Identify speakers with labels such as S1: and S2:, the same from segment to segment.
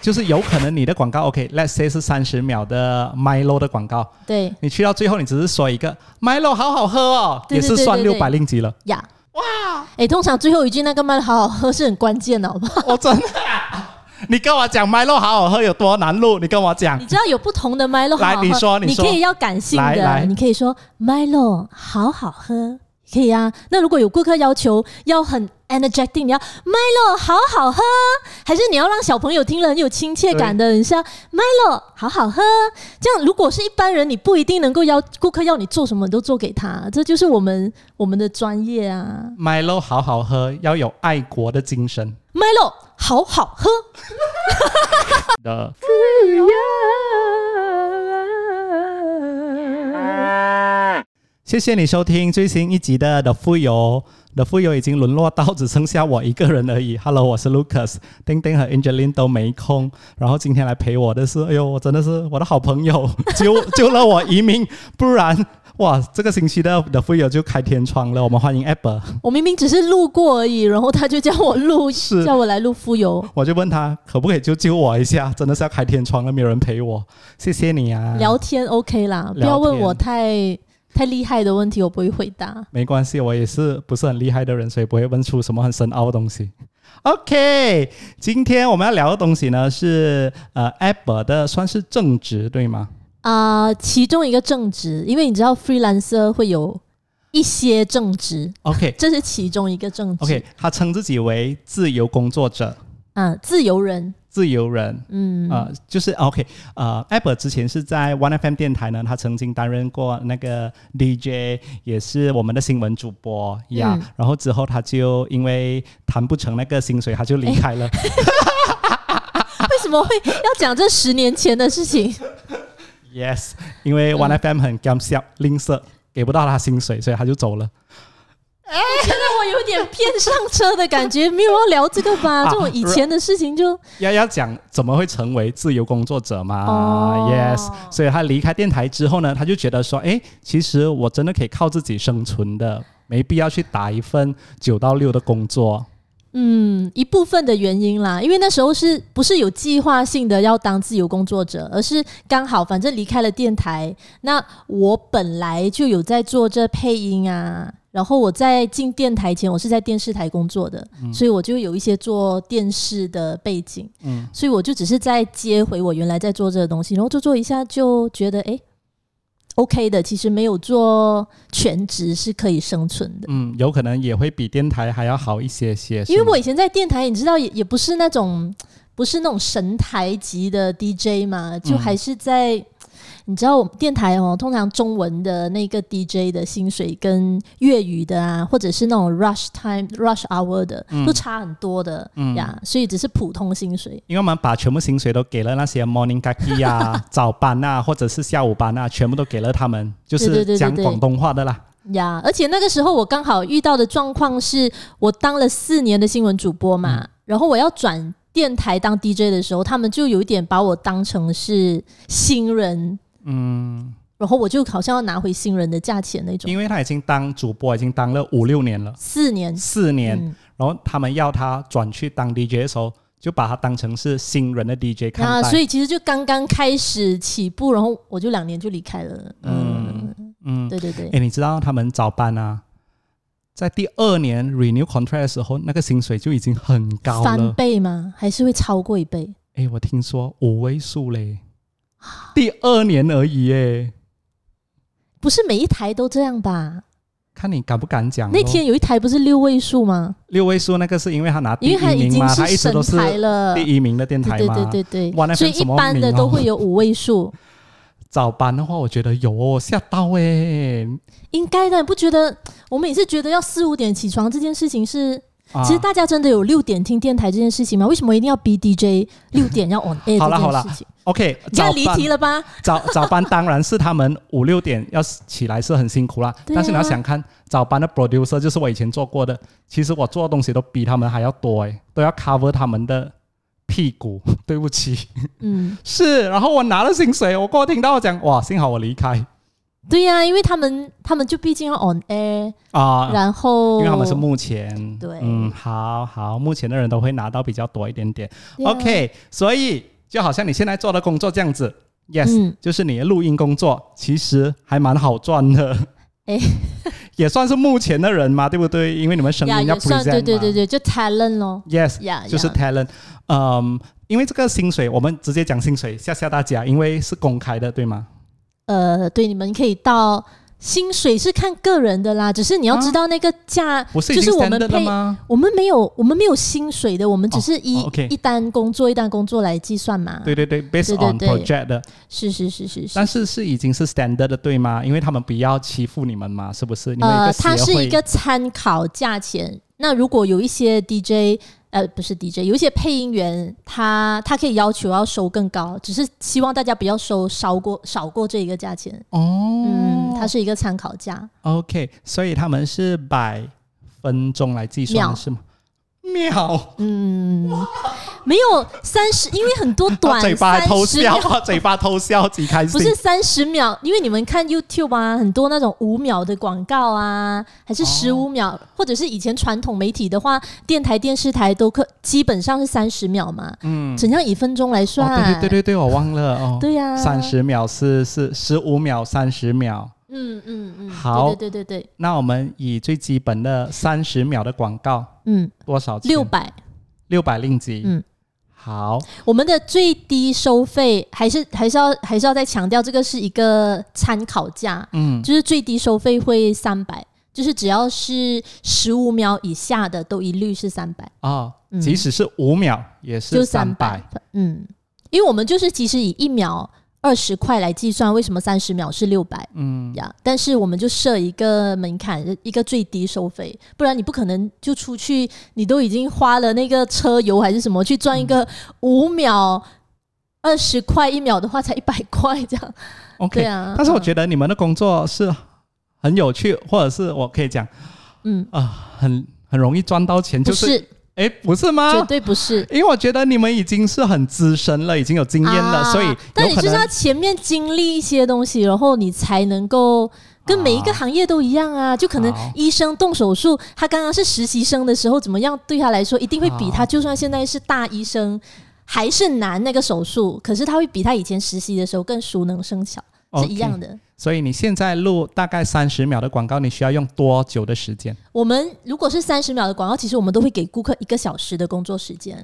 S1: 就是有可能你的广告 OK，let's、say 是三十秒的 Milo 的广告，
S2: 对
S1: 你去到最后你只是说一个 Milo 好好喝哦，
S2: 对对
S1: 也是算
S2: 对
S1: 六
S2: 对
S1: 百令吉 了。
S2: 呀。哇！哎、通常最后一句那个卖的好好喝是很关键的，好不好？
S1: 我哦真的啊，你跟我讲 Milo 好好喝有多难录，你跟我讲
S2: 你。知道有不同的 Milo 好
S1: 来
S2: 好喝，
S1: 你说你说
S2: 可以要感性
S1: 来来
S2: 的，你可以说 Milo 好好喝，可以啊。那如果有顾客要求要很 energetic，你要 Milo 好好喝，还是你要让小朋友听了很有亲切感的，你是要 Milo 好好喝。这样如果是一般人，你不一定能够要顾客要你做什么，你都做给他，这就是我们我们的专业啊。
S1: Milo 好好喝，要有爱国的精神
S2: Milo 好好喝，
S1: 的。谢谢你收听最新一集的《的富有》，《的富有》已经沦落到只剩下我一个人而已。Hello，我是 Lucas，丁丁和 Angeline 都没空，然后今天来陪我的是，哎呦，我真的是我的好朋友， 救救了我一命，不然哇，这个星期的《的富有》就开天窗了。我们欢迎 Apple。
S2: 我明明只是路过而已，然后他就叫我录，
S1: 是
S2: 叫我来录浮游。
S1: 我就问他可不可以就救我一下，真的是要开天窗了，没有人陪我，谢谢你啊。
S2: 聊天 OK 啦，不
S1: 聊
S2: 要问
S1: 天
S2: 我太太厉害的问题，我不会回答。
S1: 没关系，我也是不是很厉害的人，所以不会问出什么很深奥的东西。OK，今天我们要聊的东西呢是呃 Apple 的算是正职对吗？
S2: 啊、其中一个正职，因为你知道 freelancer 会有一些正职，
S1: OK
S2: 这是其中一个正职。
S1: OK，他称自己为自由工作者、
S2: 啊，自由 人，
S1: 自由人。
S2: 嗯，
S1: 呃，就是 OK，呃，Apple 之前是在 One FM 电台呢，他曾经担任过那个 DJ，也是我们的新闻主播呀。
S2: 嗯
S1: 然后之后他就因为谈不成那个薪水，他就离开了。
S2: 为什么会要讲这十年前的 事情？
S1: yes，因为 One FM 很干笑吝啬，给不到他薪水，所以他就走了。
S2: 觉得我有点偏上车的感觉，没有要聊这个吧？
S1: 啊
S2: 这种以前的事情就
S1: 要要讲怎么会成为自由工作者嘛、
S2: 哦
S1: y e s 所以他离开电台之后呢，他就觉得说，诶，其实我真的可以靠自己生存的，没必要去打一份九到六的工作。
S2: 嗯，一部分的原因啦，因为那时候是不是有计划性的要当自由工作者，而是刚好反正离开了电台，那我本来就有在做这配音啊，然后我在进电台前，我是在电视台工作的，所以我就有一些做电视的背景，
S1: 嗯
S2: 所以我就只是在接回我原来在做这个东西，然后做做一下就觉得哎。诶 OK 的，其实没有做全职是可以生存的。
S1: 嗯，有可能也会比电台还要好一些些。是
S2: 因为
S1: 吗
S2: 我以前在电台，你知道也也不是那种不是那种神台级的 DJ 嘛，就还是在、你知道我们电台哦，通常中文的那个 DJ 的薪水跟粤语的啊，或者是那种 rush time rush hour 的、
S1: 嗯
S2: 都差很多的、呀，所以只是普通薪水。
S1: 因为我们把全部薪水都给了那些 morning kaki 啊、早班啊，或者是下午班啊，全部都给了他们，就
S2: 对对
S1: 是
S2: 对对
S1: 讲
S2: 对
S1: 广东话的啦。
S2: 呀而且那个时候我刚好遇到的状况是，我当了四年的新闻主播嘛，
S1: 嗯
S2: 然后我要转电台当 DJ 的时候，他们就有一点把我当成是新人，
S1: 嗯，
S2: 然后我就好像要拿回新人的价钱那种。
S1: 因为他已经当主播已经当了五六年了，
S2: 四年，
S1: 四年，
S2: 嗯
S1: 然后他们要他转去当 DJ 的时候，就把他当成是新人的 DJ 看
S2: 那
S1: 待。
S2: 啊所以其实就刚刚开始起步，然后我就两年就离开了。嗯，
S1: 嗯，
S2: 对对对，
S1: 诶，你知道他们早班啊，在第二年 renew contract 的时候，那个薪水就已经很高
S2: 翻
S1: 了。
S2: 倍吗？还是会超过一倍？
S1: 诶，我听说五位数嘞，
S2: 啊
S1: 第二年而已诶。
S2: 不是每一台都这样吧？
S1: 看你敢不敢讲咯。
S2: 那天有一台不是六位数吗？
S1: 六位数那个是因为他拿第
S2: 因
S1: 一
S2: 为它已
S1: 名
S2: 经
S1: 嘛，他一直
S2: 神
S1: 都是
S2: 台了。
S1: 第一名的电台
S2: 对
S1: 嘛。
S2: 对对
S1: 哇那
S2: 对，所
S1: 份
S2: 以
S1: 什
S2: 一
S1: 么
S2: 般的
S1: 名哦
S2: 都会有五位数，
S1: 早班的话，我觉得有哦，吓到诶。
S2: 应该的。不觉得我们也是觉得要四五点起床这件事情是，
S1: 啊
S2: 其实大家真的有六点听电台这件事情吗？为什么一定要逼 DJ 六点要 on air
S1: 好啦
S2: 这
S1: 好啦
S2: 件事情？
S1: OK，
S2: 你
S1: 早
S2: 看离
S1: 班
S2: 题了吧？
S1: 早早班当然是他们五六点要起来是很辛苦啦，
S2: 对啊
S1: 但是你要想看早班的 producer 就是我以前做过的，其实我做的东西都比他们还要多诶，都要 cover 他们的屁股。 对不起，
S2: 嗯，
S1: 是，然后我拿了薪水，我过后听到我讲哇，幸好我离开
S2: 对呀、因为他们他们就毕竟要 on air，、
S1: 啊，
S2: 然后
S1: 因为他们是目前，
S2: 对
S1: 嗯，好好，目前的人都会拿到比较多一点点。
S2: 对啊
S1: OK，所以就好像你现在做的工作这样子，yes，、
S2: 嗯
S1: 就是你的录音工作，其实还蛮好赚的。
S2: 哎
S1: 也算是目前的人嘛，对不对？因为你们声
S2: 呀
S1: 音要
S2: 也
S1: present 嘛
S2: 算，对对对对，就 talent 咯，
S1: ，yes，
S2: 呀，
S1: 就是
S2: 呀
S1: talent。嗯，因为这个薪水，我们直接讲薪水，吓吓大家，因为是公开的，对吗？
S2: 呃，对，你们可以到薪水是看个人的啦，只是你要
S1: 啊
S2: 知道那个价，
S1: 不是已
S2: 就
S1: 经
S2: 是我们
S1: standard 了
S2: 配
S1: 吗？
S2: 我们没有，我们没有薪水的，我们只是一、
S1: 哦，OK
S2: 一单工作一单工作来计算嘛。
S1: 对，对对，based
S2: 对对
S1: on
S2: 嗯对
S1: project 的，
S2: 是是是是是
S1: 但。是是已经是 standard 的，对吗？因为他们不要欺负你们嘛，是不是？你们有
S2: 呃，
S1: 个协
S2: 它是一
S1: 会
S2: 个参考价钱。那如果有一些 DJ，呃，不是 DJ，有一些配音员，他他可以要求要收更高，只是希望大家不要收少过少过这一个价钱。
S1: 哦，
S2: 嗯，它是一个参考价。
S1: OK，所以他们是百分钟来计算的
S2: 秒
S1: 是吗？啊秒，
S2: 嗯，没有三十，因为很多短
S1: 他嘴巴偷
S2: 三十秒
S1: 笑，他嘴巴偷笑，几开
S2: 不
S1: 心。哦
S2: 是三十秒，因为你们看 YouTube 啊，很多那种五秒的广告啊，还是十五秒，
S1: 哦
S2: 或者是以前传统媒体的话，电台、电视台都可基本上是三十秒嘛，嗯，怎样以分钟来算？
S1: 哦，对对对对对，我忘了哦。
S2: 对啊呀
S1: 三十秒是是十五秒，三十秒。
S2: 嗯嗯嗯，
S1: 好
S2: 对对对对对，
S1: 那我们以最基本的三十秒的广告
S2: 嗯，
S1: 多少钱？
S2: 六百，
S1: 六百令吉。
S2: 嗯，
S1: 好，
S2: 我们的最低收费还是还是要还是要再强调，这个是一个参考价，
S1: 嗯，
S2: 就是最低收费会三百，就是只要是十五秒以下的都一律是三百。
S1: 哦，
S2: 嗯
S1: 即使是五秒也
S2: 就是
S1: 三
S2: 百。嗯，因为我们就是其实以一秒二十块来计算，为什么三十秒是六百
S1: 嗯，
S2: 呀？但是我们就设一个门槛，一个最低收费，不然你不可能就出去，你都已经花了那个车油还是什么去赚一个
S1: 嗯
S2: 五秒。二十块一秒的话才一百块这样，对
S1: OK。
S2: 啊。
S1: 但是我觉得你们的工作是很有趣，或者是我可以讲啊、
S2: 嗯，
S1: 很很容易赚到钱，
S2: 不，
S1: 就是哎，不是
S2: 绝
S1: 吗？
S2: 对不是。
S1: 因为我觉得你们已经是很资深了，已经有经验了，
S2: 啊
S1: 所以
S2: 但
S1: 有
S2: 你
S1: 可
S2: 就是要
S1: 能
S2: 前面经历一些东西，然后你才能够跟每一个
S1: 啊
S2: 行业都一样啊。就可能
S1: 好
S2: 医生动手术，他刚刚是实习生的时候，怎么样对他来说一定会比
S1: 好
S2: 他就算现在是大医生。还是难那个手术，可是他会比他以前实习的时候更熟能生巧是一样
S1: 的。
S2: 的。
S1: 所以你现在录大概三十秒的广告，你需要用多久的时间？
S2: 我们如果是三十秒的广告，其实我们都会给顾客一个小时的工作时间，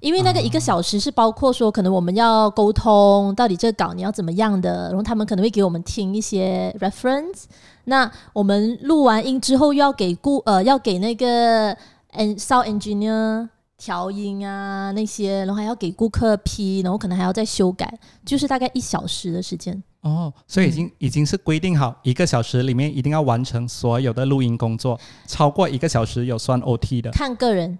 S2: 因为那个一个小时是包括说，可能我们要沟通到底这个稿你要怎么样的，然后他们可能会给我们听一些 reference。那我们录完音之后，又要给顾呃要给那个 en sound engineer 调音啊那些，然后还要给顾客批，然后可能还要再修改，就是大概一小时的时间。
S1: 哦，所以已
S2: 嗯
S1: 经、已经是规定好，一个小时里面一定要完成所有的录音工作，超过一个小时有算 OT 的
S2: 看个人，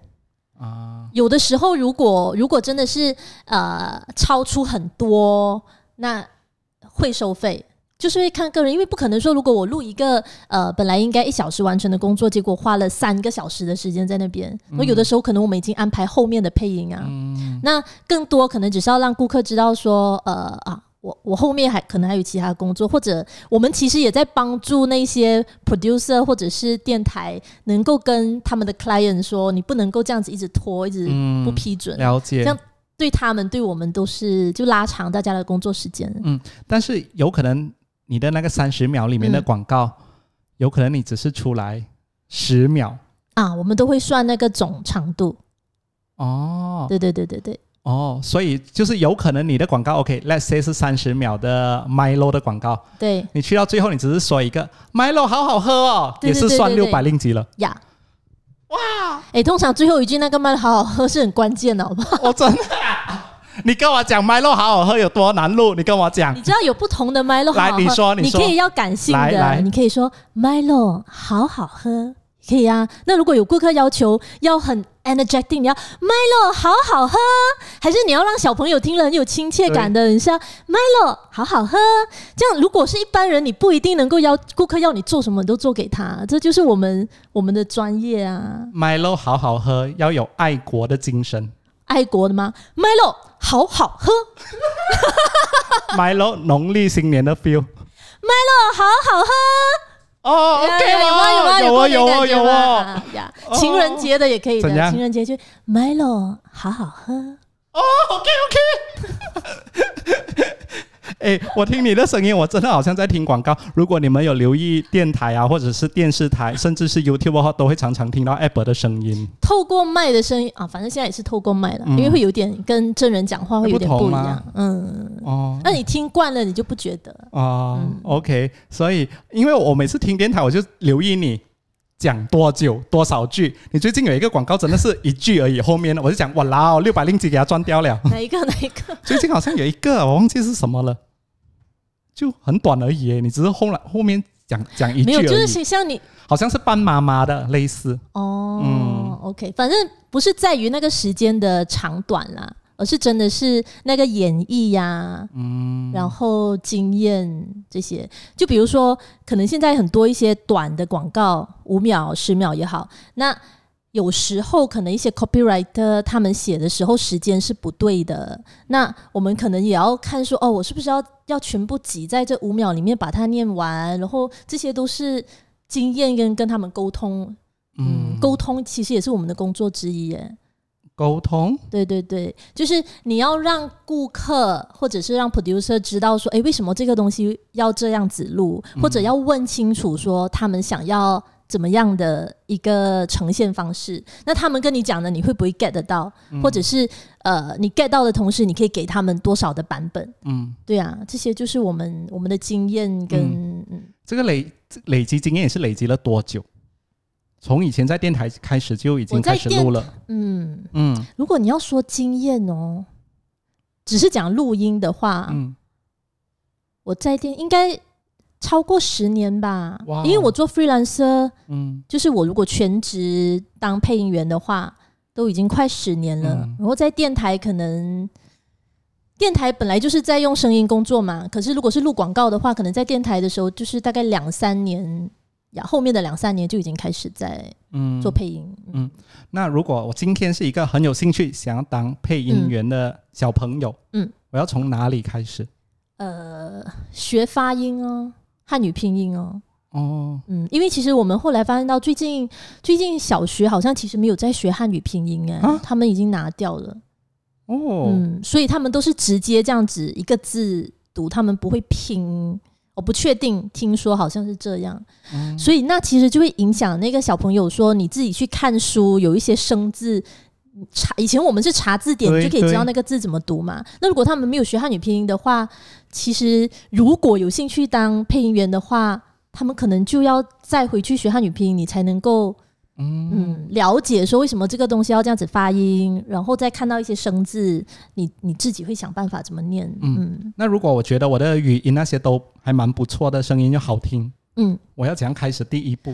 S1: 啊。
S2: 有的时候，如果如果真的是呃超出很多，那会收费，就是会看个人，因为不可能说，如果我录一个呃本来应该一小时完成的工作，结果花了三个小时的时间在那边，那、有的时候可能我们已经安排后面的配音啊，
S1: 嗯，
S2: 那更多可能只是要让顾客知道说，呃啊，我我后面还可能还有其他工作，或者我们其实也在帮助那些 producer 或者是电台能够跟他们的 client 说，你不能够这样子一直拖，一直
S1: 嗯
S2: 不批准，
S1: 了解
S2: 这。样对他们对我们都是就拉长大家的工作时间。
S1: 但是有可能你的那个三十秒里面的
S2: 嗯
S1: 广告，有可能你只是出来十秒。
S2: 啊，我们都会算那个总长度，
S1: 哦
S2: 对对对对对，
S1: 哦，所以就是有可能你的广告，OK，let's、say 是三十秒的 Milo 的广告，
S2: 对
S1: 你去到最后你只是说一个 Milo 好好喝哦，
S2: 对
S1: 也
S2: 对
S1: 是
S2: 对
S1: 算
S2: 对对
S1: 六百令吉了。
S2: 呀。哇！哎、通常最后一句那个卖的好好喝是很关键的，好不好？
S1: 我真的 啊、你跟我讲麦乐好好喝有多难录，你跟我讲
S2: 你。知道有不同的 Milo 好
S1: 来
S2: 好喝，
S1: 你说你说
S2: 可以要感性的，
S1: 来来
S2: 你可以说 Milo 好好喝，可以啊。那如果有顾客要求要很 energetic，你要 Milo 好好喝，还是你要让小朋友听了很有亲切感的，你是要 Milo 好好喝。这样如果是一般人，你不一定能够要顾客要你做什么，你都做给他，这就是我们我们的专业啊。
S1: 麦乐好好喝，要有爱国的精神。
S2: 爱国的吗？Milo 好好喝，
S1: 麦乐农历新年的 feel。
S2: 啊好好喝。
S1: 哦
S2: 呀
S1: ，OK
S2: 呀
S1: 哦，
S2: 有
S1: 有
S2: 吗
S1: 哦，
S2: 有啊
S1: 有哦，有哦。
S2: 吗过年感觉吗呀
S1: 哦
S2: 情人节的也可以的
S1: 怎，样
S2: 情人节就 Milo 好好喝。
S1: 哦，OK OK。哎，我听你的声音，我真的好像在听广告。如果你们有留意电台啊，或者是电视台，甚至是 YouTube 的话，都会常常听到 App 的声音。
S2: 透过麦的声音啊，反正现在也是透过麦了，因为会有点跟真人讲话会有点不
S1: 嗯
S2: 一
S1: 不同
S2: 样
S1: 吗。
S2: 嗯，
S1: 哦
S2: 那你听惯了，你就不觉得了
S1: 哦、o k 所以因为我每次听电台，我就留意你。讲多久多少句？你最近有一个广告，真的是一句而已，后面我就讲，哇啦，六百令吉给它赚掉了。
S2: 哪一个 哪一个？
S1: 最近好像有一个，我忘记是什么了，就很短而已耶。你只是后来后面讲讲一
S2: 没
S1: 句
S2: 有，
S1: 而已，
S2: 就是像像你
S1: 好像是扮妈妈的类似。
S2: 哦、
S1: 嗯
S2: o k 反正不是在于那个时间的长短啦，而是真的是那个演绎呀、
S1: 嗯，
S2: 然后经验这些，就比如说，可能现在很多一些短的广告，五秒、十秒也好，那有时候可能一些 copywriter 他们写的时候时间是不对的，那我们可能也要看说，哦，我是不是要要全部挤在这五秒里面把它念完，然后这些都是经验跟跟他们沟通，嗯，沟通其实也是我们的工作之一耶，
S1: 沟通，
S2: 对对对，就是你要让顾客或者是让 producer 知道说，诶，为什么这个东西要这样子录，或者要问清楚说他们想要怎么样的一个呈现方式。那他们跟你讲的，你会不会 get 得到？
S1: 嗯
S2: 或者是呃，你 get 到的同时，你可以给他们多少的版本？
S1: 嗯，
S2: 对啊，这些就是我们我们的经验跟嗯
S1: 这个累这累积经验也是累积了多久？从以前在电台开始就已经
S2: 我在
S1: 开始录了，
S2: 嗯，
S1: 嗯
S2: 如果你要说经验哦，只是讲录音的话，
S1: 嗯，
S2: 我在店应该超过十年吧
S1: 哇哦
S2: 因为我做 freelancer，
S1: 嗯
S2: 就是我如果全职当配音员的话，都已经快十年了。
S1: 嗯
S2: 然后在电台可能。电台本来就是在用声音工作嘛，可是如果是录广告的话，可能在电台的时候就是大概两三年，呀，后面的两三年就已经开始在
S1: 嗯
S2: 做配音。
S1: 嗯那如果我今天是一个很有兴趣想要当配音员的小朋友，
S2: 嗯，
S1: 我要从哪里开始？
S2: 呃，学发音哦，汉语拼音哦，
S1: 哦，
S2: 嗯，因为其实我们后来发现到，最近最近小学好像其实没有在学汉语拼音哎、
S1: 啊
S2: 他们已经拿掉了，
S1: 哦，
S2: 嗯，所以他们都是直接这样子一个字读，他们不会拼。我不确定，听说好像是这样，
S1: 嗯
S2: 所以那其实就会影响那个小朋友说，你自己去看书，有一些生字查，以前我们是查字典
S1: 对
S2: 就可以知道那个字怎么读嘛。那如果他们没有学汉语拼音的话，其实如果有兴趣当配音员的话，他们可能就要再回去学汉语拼音，你才能够
S1: 嗯
S2: 嗯了解说为什么这个东西要这样子发音，然后再看到一些生字，你你自己会想办法怎么念。嗯
S1: 那如果我觉得我的语音那些都还蛮不错的，声音又好听，
S2: 嗯，
S1: 我要怎样开始第一步？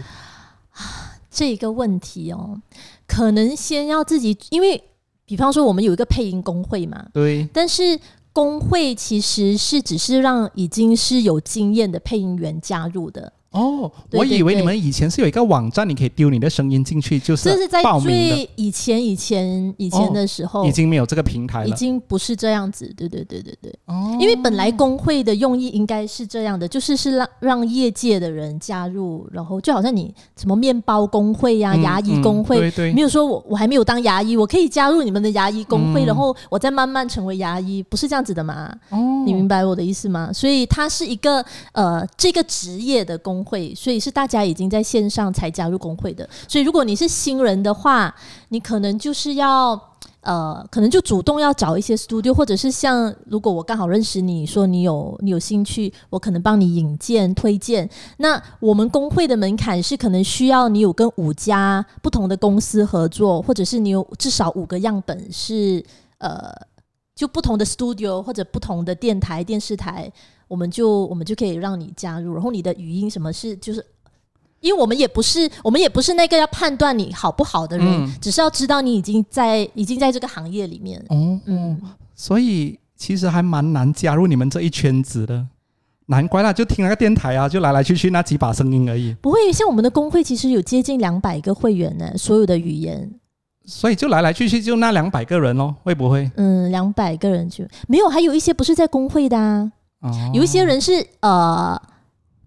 S2: 这个问题哦，可能先要自己，因为比方说我们有一个配音工会嘛，
S1: 对，
S2: 但是工会其实是只是让已经是有经验的配音员加入的，
S1: 哦，
S2: 对
S1: 我
S2: 对
S1: 以为
S2: 对
S1: 你们以前是有一个网站，你可以丢你的声音进去，就是
S2: 这是在
S1: 报名的，
S2: 最以前以前以前的时候，
S1: 哦已经没有这个平台
S2: 已
S1: 了。
S2: 经不是这样子，对对对对对，
S1: 哦
S2: 因为本来工会的用意应该是这样的，就是是让让业界的人加入，然后就好像你什么面包工会呀、
S1: 嗯
S2: 啊牙医工会。
S1: 嗯对
S2: 没
S1: 对，
S2: 有说我我还没有当牙医，我可以加入你们的牙医工会，
S1: 嗯
S2: 然后我再慢慢成为牙医，不是这样子的嘛？
S1: 哦
S2: 你明白我的意思吗？所以它是一个呃这个职业的工会，所以是大家已经在线上才加入工会的。所以如果你是新人的话，你可能就是要。呃，可能就主动要找一些 studio，或者是像如果我刚好认识你，说你有你有兴趣，我可能帮你引荐推荐。那我们工会的门槛是可能需要你有跟五家不同的公司合作，或者是你有至少五个样本是呃就不同的 studio 或者不同的电台、电视台，我们就我们就可以让你加入，然后你的语音什么是就是。因为我们也不是，我们也不是那个要判断你好不好的人，
S1: 嗯
S2: 只是要知道你已经在已经在这个行业里面。
S1: 哦，
S2: 嗯，
S1: 所以其实还蛮难加入你们这一圈子的，难怪啦，就听那个电台啊，就来来去去那几把声音而已，
S2: 不会像我们的工会，其实有接近两百个会员呢，所有的语言，
S1: 所以就来来去去就那两百个人咯，会不会？
S2: 嗯，两百个人就没有，还有一些不是在工会的啊，
S1: 哦，
S2: 有一些人是呃，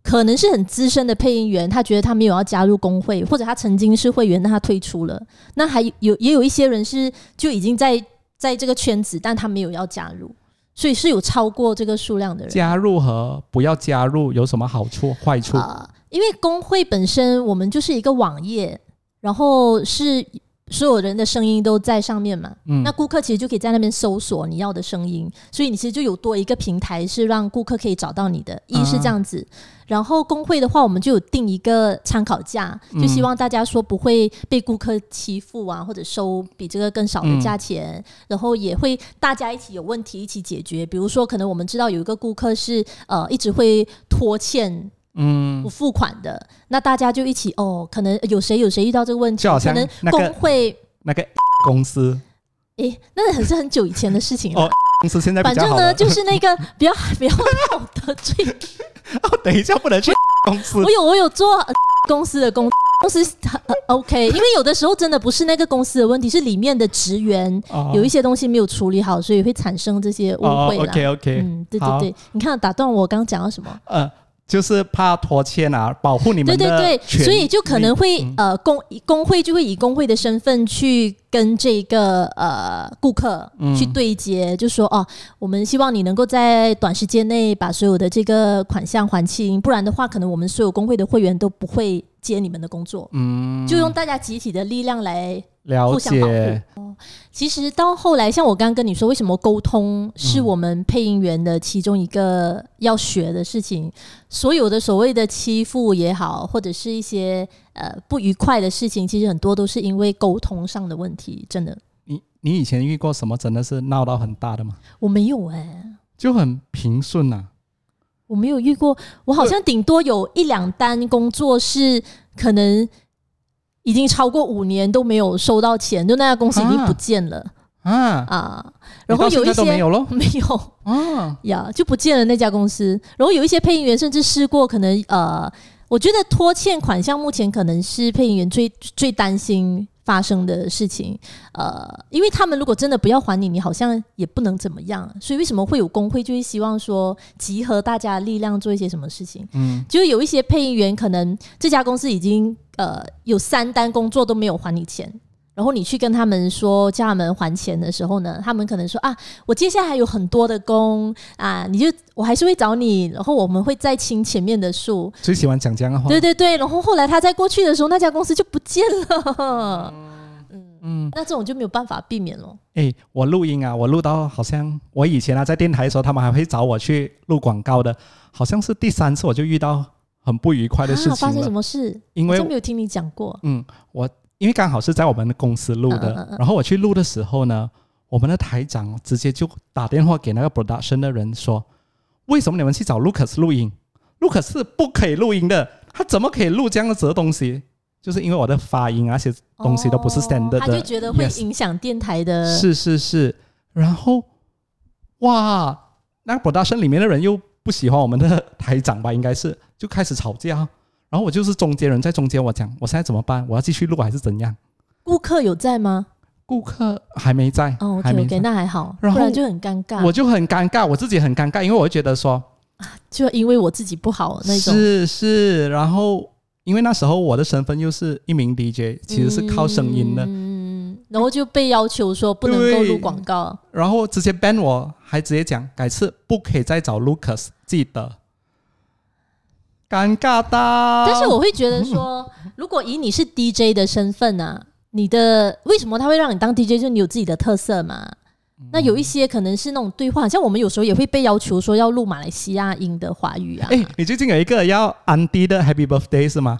S2: 可能是很资深的配音员，他觉得他没有要加入工会，或者他曾经是会员，那他退出了。那还有也有一些人是就已经在在这个圈子，但他没有要加入，所以是有超过这个数量的人。
S1: 加入和不要加入有什么好处、坏处？
S2: 呃，因为工会本身我们就是一个网页，然后是所有人的声音都在上面嘛。
S1: 嗯
S2: 那顾客其实就可以在那边搜索你要的声音，所以你其实就有多一个平台是让顾客可以找到你的，一
S1: 啊
S2: 是这样子。然后工会的话，我们就有定一个参考价，
S1: 嗯
S2: 就希望大家说不会被顾客欺负啊，或者收比这个更少
S1: 嗯
S2: 的价钱，然后也会大家一起有问题一起解决。比如说，可能我们知道有一个顾客是呃一直会拖欠。
S1: 嗯，
S2: 不付款的，那大家就一起哦，可能有谁有谁遇到这个问题，
S1: 就好像
S2: 可能
S1: 那个
S2: 工会，
S1: 那个 公司
S2: 诶、那很是很久以前的事情了。
S1: 哦公司现在比
S2: 反
S1: 较
S2: 正
S1: 好
S2: 呢，
S1: 了。
S2: 就是那个不 要不要让我得罪。
S1: 哦， 等一下不能去 公司
S2: 我有我有做呃公司的工，公司呃 OK，因为有的时候真的不是那个公司的问题，是里面的职员
S1: 哦
S2: 有一些东西没有处理好，所以会产生这些误
S1: 哦
S2: 会啦。
S1: OK OK，
S2: 嗯，对
S1: 好
S2: 对对，你看打断我刚刚讲到什么？
S1: 呃，就是怕拖欠啊，保护你们
S2: 对对
S1: 的
S2: 对，
S1: 权
S2: 所以就可
S1: 利
S2: 能会、
S1: 嗯
S2: 呃工工会就会以工会的身份去跟这个呃顾客
S1: 嗯
S2: 去对接，就说哦，我们希望你能够在短时间内把所有的这个款项还清，不然的话，可能我们所有工会的会员都不会接你们的工作，
S1: 嗯
S2: 就用大家集体的力量来
S1: 了
S2: 互相保护
S1: 解
S2: 其实到后来，像我刚刚跟你说，为什么沟通是我们配音员的其中一个要学的事情？所有的所谓的欺负也好，或者是一些呃不愉快的事情，其实很多都是因为沟通上的问题。真的，
S1: 你你以前遇过什么真的是闹到很大的吗？
S2: 我没有哎、
S1: 就很平顺啊呐、
S2: 我没有遇过，我好像顶多有一两单工作是可能已经超过五年都没有收到钱，就那家公司已经不见了
S1: 啊啊，
S2: 啊。然后
S1: 你到
S2: 有一
S1: 现在都
S2: 些哦
S1: 没有咯。
S2: 没有。
S1: 啊，
S2: 呀就不见了那家公司。然后有一些配音员甚至试过，可能呃，我觉得拖欠款项目前可能是配音员最最担心发生的事情。呃，因为他们如果真的不要还你，你好像也不能怎么样。所以为什么会有工会，就会希望说集合大家的力量做一些什么事情。
S1: 嗯，
S2: 就有一些配音员，可能这家公司已经呃有三单工作都没有还你钱，然后你去跟他们说叫他们还钱的时候呢，他们可能说啊，我接下来有很多的工啊，你就我还是会找你，然后我们会再清前面的数，
S1: 最喜欢讲这样的话。
S2: 对对对，然后后来他再过去的时候，那家公司就不见了，
S1: 嗯，
S2: 那这种就没有办法避免了。
S1: 哎，我录音啊，我录到好像我以前啊在电台的时候，他们还会找我去录广告的，好像是第三次我就遇到很不愉快的事
S2: 啊发
S1: 情
S2: 生
S1: 了，
S2: 什么事？
S1: 因
S2: 我
S1: 为
S2: 就没有听你讲过。
S1: 嗯，我因为刚好是在我们的公司录的，
S2: 嗯嗯嗯嗯
S1: 然后我去录的时候呢，我们的台长直接就打电话给那个 production 的人说，为什么你们去找 Lucas 录音？Lucas 是不可以录音的，他怎么可以录这样子的东西？就是因为我的发音啊，那些东西都不是
S2: 哦
S1: standard 的，
S2: 他就觉得会
S1: yes
S2: 影响电台的
S1: 是是是，然后哇，那 production 里面的人又不喜欢我们的台长吧，应该是就开始吵架。然后我就是中间人，在中间我讲我现在怎么办？我要继续录还是怎样？
S2: 顾客有在吗？
S1: 顾客还没在，
S2: 哦
S1: 还
S2: ，OK
S1: 没
S2: OK，
S1: 在
S2: 那啊还好，不
S1: 然后
S2: 然就很尴尬。
S1: 我就很尴尬，我自己很尴尬，因为我会觉得说
S2: 就因为我自己不好那种，
S1: 是是，然后因为那时候我的身份又是一名 DJ，其实是靠声音的，
S2: 嗯，然后就被要求说不能够录广告，
S1: 然后直接 ban 我，还直接讲改次不可以再找 Lucas，记得。尴尬到，
S2: 但是我会觉 得说，如果以你是 DJ 的身份啊，你的为什么他会让你当 DJ？就是你有自己的特色嘛。
S1: 嗯
S2: 那有一些可能是那种对话，像我们有时候也会被要求说要录马来西亚音的华语啊。
S1: 哎、你最近有一个要安迪的 Happy Birthday 是吗？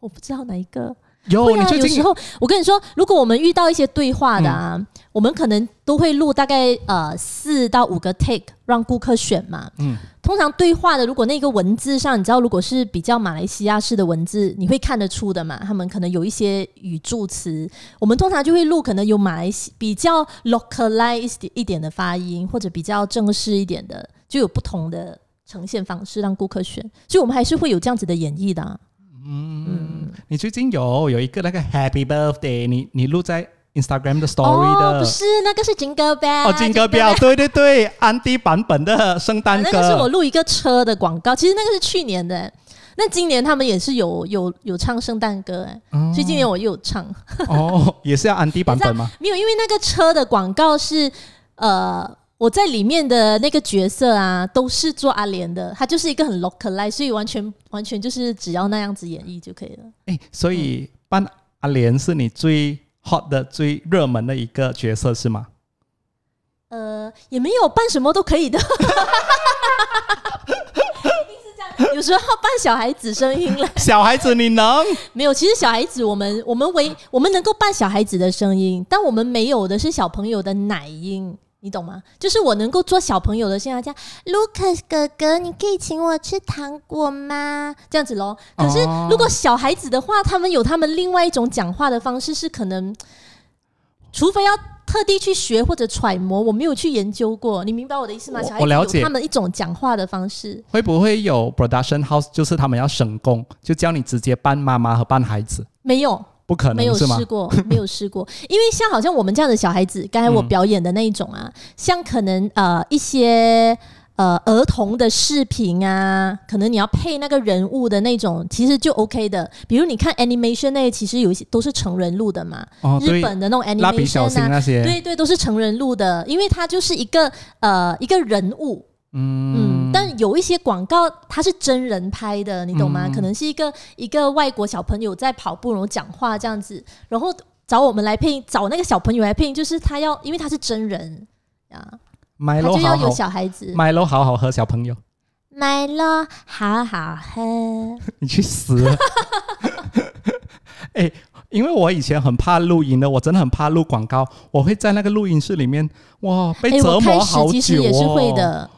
S2: 我不知道哪一个。
S1: 有，
S2: 会
S1: 你
S2: 啊，
S1: 最
S2: 有时
S1: 近嗯
S2: 候我跟你说，如果我们遇到一些对话的啊，我们可能都会录大概呃四到五个 take 让顾客选嘛。
S1: 嗯
S2: 通常对话的，如果那个文字上，你知道，如果是比较马来西亚式的文字，你会看得出的嘛。他们可能有一些语助词，我们通常就会录可能有马来西比较 localize 一点的发音，或者比较正式一点的，就有不同的呈现方式让顾客选。所以我们还是会有这样子的演绎的啊、
S1: 你最近有有一个那个 Happy Birthday，你你录在 Instagram 的 Story
S2: 哦，
S1: 的
S2: 不是那个是 Jingle Bell，
S1: 哦，金歌
S2: Jingle
S1: 标，对对对，安迪版本的圣诞
S2: 哎啊那
S1: 歌，
S2: 个是我录一个车的广告，其实那个是去年的、那今年他们也是有有有唱圣诞歌哎、
S1: 哦
S2: 所以今年我又有唱，
S1: 哦，也是要安迪版本吗？
S2: 没有，因为那个车的广告是呃，我在里面的那个角色啊，都是做阿莲的，他就是一个很 localize，所以完全完全就是只要那样子演绎就可以了。
S1: 哎，所以扮阿莲是你最 hot 的、最热门的一个角色是吗？
S2: 呃，也没有扮什么都可以的， 有时候扮小孩子声音了，
S1: 小孩子你能？
S2: 没有。其实小孩子，我们我们唯我们能够扮小孩子的声音，但我们没有的是小朋友的奶音，你懂吗？就是我能够做小朋友的现在这样，Lucas 哥哥，你可以请我吃糖果吗？这样子咯。可是
S1: 哦
S2: 如果小孩子的话，他们有他们另外一种讲话的方式，是可能，除非要。特地去学或者揣摩，我没有去研究过，你明白我的意思吗？
S1: 我
S2: 小孩子
S1: 我了
S2: 有
S1: 解
S2: 他们一种讲话的方式，
S1: 会不会有 production house 就是他们要省工，就叫你直接扮妈妈和扮孩子？
S2: 没有，
S1: 不可
S2: 没有
S1: 能是吗
S2: 试？过，没有试过， 因为像好像我们这样的小孩子，刚才我
S1: 嗯
S2: 表演的那一种啊，像可能呃一些呃儿童的视频啊，可能你要配那个人物的那种，其实就 OK 的。比如你看 animation 那些，其实有一些都是成人录的嘛，
S1: 哦，
S2: 日
S1: 对，
S2: 本的那种
S1: 蜡笔小
S2: animation
S1: 新
S2: 啊，
S1: 那些，
S2: 对对，都是成人录的，因为它就是一个呃一个人物，嗯，
S1: 嗯，
S2: 但有一些广告它是真人拍的，你懂吗？
S1: 嗯
S2: 可能是一个一个外国小朋友在跑步，然后讲话这样子，然后找我们来配音，找那个小朋友来配音，就是他要，因为他是真人啊，
S1: 买
S2: 他
S1: 楼
S2: 就
S1: 好
S2: 要有
S1: 好，
S2: 小孩子。
S1: 买楼好好喝小朋友，
S2: 买了，好好喝。
S1: 你去死！ 哎，因为我以前很怕录音的，我真的很怕录广告，我会在那个录音室里面，哇，被
S2: 哎，
S1: 折磨
S2: 我开始
S1: 好久哦。
S2: 其实也是会的。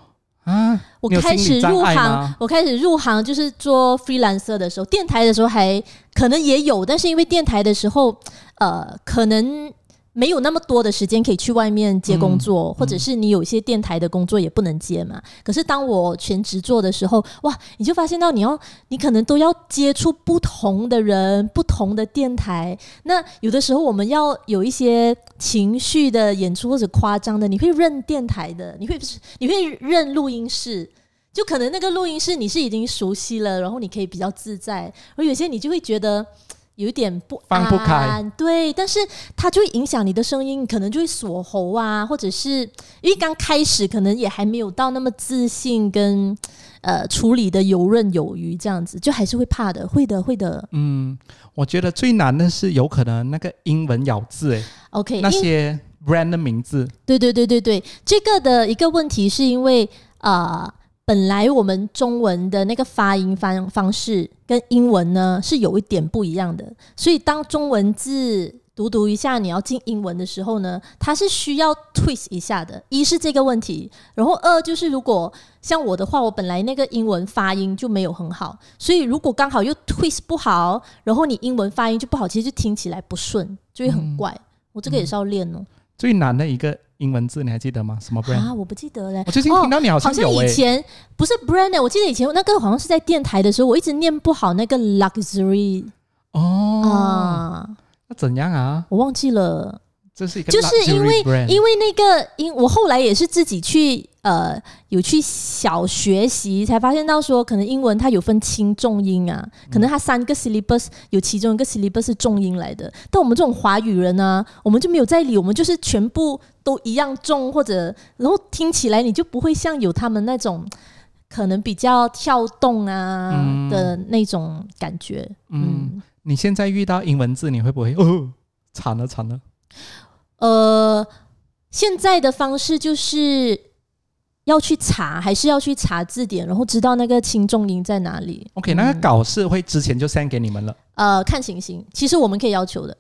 S1: 啊，
S2: 我
S1: 你有
S2: 开
S1: 心
S2: 始
S1: 理障
S2: 入
S1: 碍
S2: 行
S1: 吗，
S2: 我开始入行就是做 freelancer 的时候，电台的时候还可能也有，但是因为电台的时候，呃，可能没有那么多的时间可以去外面接工作，或者是你有一些电台的工作也不能接嘛。可是当我全职做的时候，哇，你就发现到你要，你可能都要接触不同的人、不同的电台。那有的时候我们要有一些情绪的演出或者夸张的，你会认电台的，你会你会认录音室。就可能那个录音室你是已经熟悉了，然后你可以比较自在，而有些你就会觉得有一点不安，
S1: 放不开
S2: 对，但是它就会影响你的声音，你可能就会锁喉啊，或者是因为刚开始可能也还没有到那么自信跟呃处理的游刃有余，这样子就还是会怕的，会的，会的。
S1: 嗯，我觉得最难的是有可能那个英文咬字，哎，
S2: OK，
S1: 那
S2: 因
S1: 些 brand 的名字，
S2: 对对对对对，这个的一个问题是因为呃，本来我们中文的那个发音方方式跟英文呢是有一点不一样的，所以当中文字读读一下你要进英文的时候呢，它是需要 twist 一下的。一是这个问题，然后二就是如果像我的话，我本来那个英文发音就没有很好，所以如果刚好又 twist 不好，然后你英文发音就不好，其实就听起来不顺，就会很怪。我这个也是要练哦。
S1: 最难的一个英文字，你还记得吗？什么 brand？、
S2: 啊，我不记得嘞
S1: 我。最近
S2: 哦
S1: 听到你好
S2: 好
S1: 像
S2: 像
S1: 有欸
S2: 以
S1: 诶、
S2: 前不是 brand，欸我记得以前那个好像是在电台的时候，我一直念不好那个 luxury
S1: 哦，
S2: 啊，
S1: 那怎样啊？
S2: 我忘记了，
S1: 这是一个
S2: 就是因
S1: luxury brand
S2: 因为那个因我后来也是自己去呃有去小学习，才发现到说可能英文它有分轻重音啊，
S1: 嗯
S2: 可能它三个 syllabus 有其中一个 syllabus 是重音来的，但我们这种华语人呢、我们就没有在理，我们就是全部都一样重，或者然后听起来你就不会像有他们那种。可能比较跳动啊
S1: 嗯
S2: 的那种感觉，
S1: 嗯
S2: 嗯
S1: 你现在遇到英文字，你会不会哦？惨了惨了！
S2: 呃，现在的方式就是要去查，还是要去查字典，然后知道那个轻重音在哪里。
S1: OK，、那个
S2: 嗯
S1: 稿是会之前就 send 给你们了
S2: 呃，看情形，其实我们可以要求的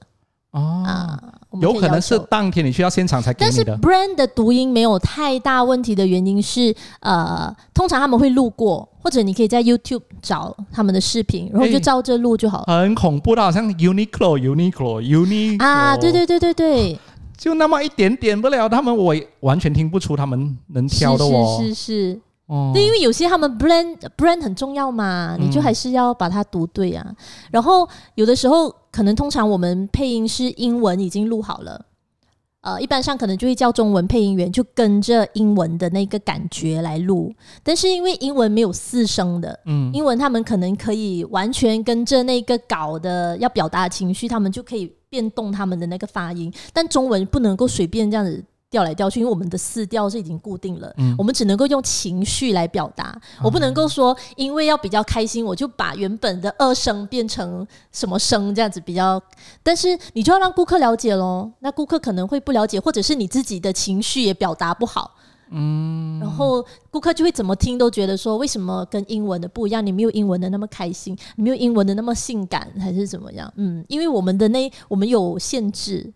S1: 哦、
S2: 啊，我们
S1: 有
S2: 以
S1: 可能是
S2: 要求
S1: 当天你去到现场才给
S2: 但
S1: 你
S2: 是
S1: 的。
S2: brand 的读音没有太大问题的原因是，呃，通常他们会路过，或者你可以在 YouTube 找他们的视频，然后就
S1: 哎
S2: 照着录就好了。
S1: 很恐怖的，好像 Uniqlo、Uniqlo、Uniqlo
S2: 啊，对，对对对对，
S1: 就那么一点点不了，他们我也完全听不出他们能
S2: 是
S1: 挑的哦。
S2: 是是是，
S1: 哦，
S2: 对，因为有些他们 brand brand 很重要嘛，你就
S1: 嗯
S2: 还是要把它读对啊。然后有的时候可能通常我们配音是英文已经录好了，呃，一般上可能就会叫中文配音员就跟着英文的那个感觉来录，但是因为英文没有四声的。
S1: 嗯，
S2: 英文他们可能可以完全跟着那个稿的要表达的情绪，他们就可以变动他们的那个发音，但中文不能够随便这样子调来调去，因为我们的四调是已经固定了，
S1: 嗯
S2: 我们只能够用情绪来表达。我不能够说，因为要比较开心，我就把原本的二声变成什么声这样子比较。但是你就要让顾客了解喽，那顾客可能会不了解，或者是你自己的情绪也表达不好。嗯，然后顾客就会怎么听都觉得说，为什么跟英文的不一样？你没有英文的那么开心，你没有英文的那么性感，还是怎么样？嗯，因为我们的那我们有限制，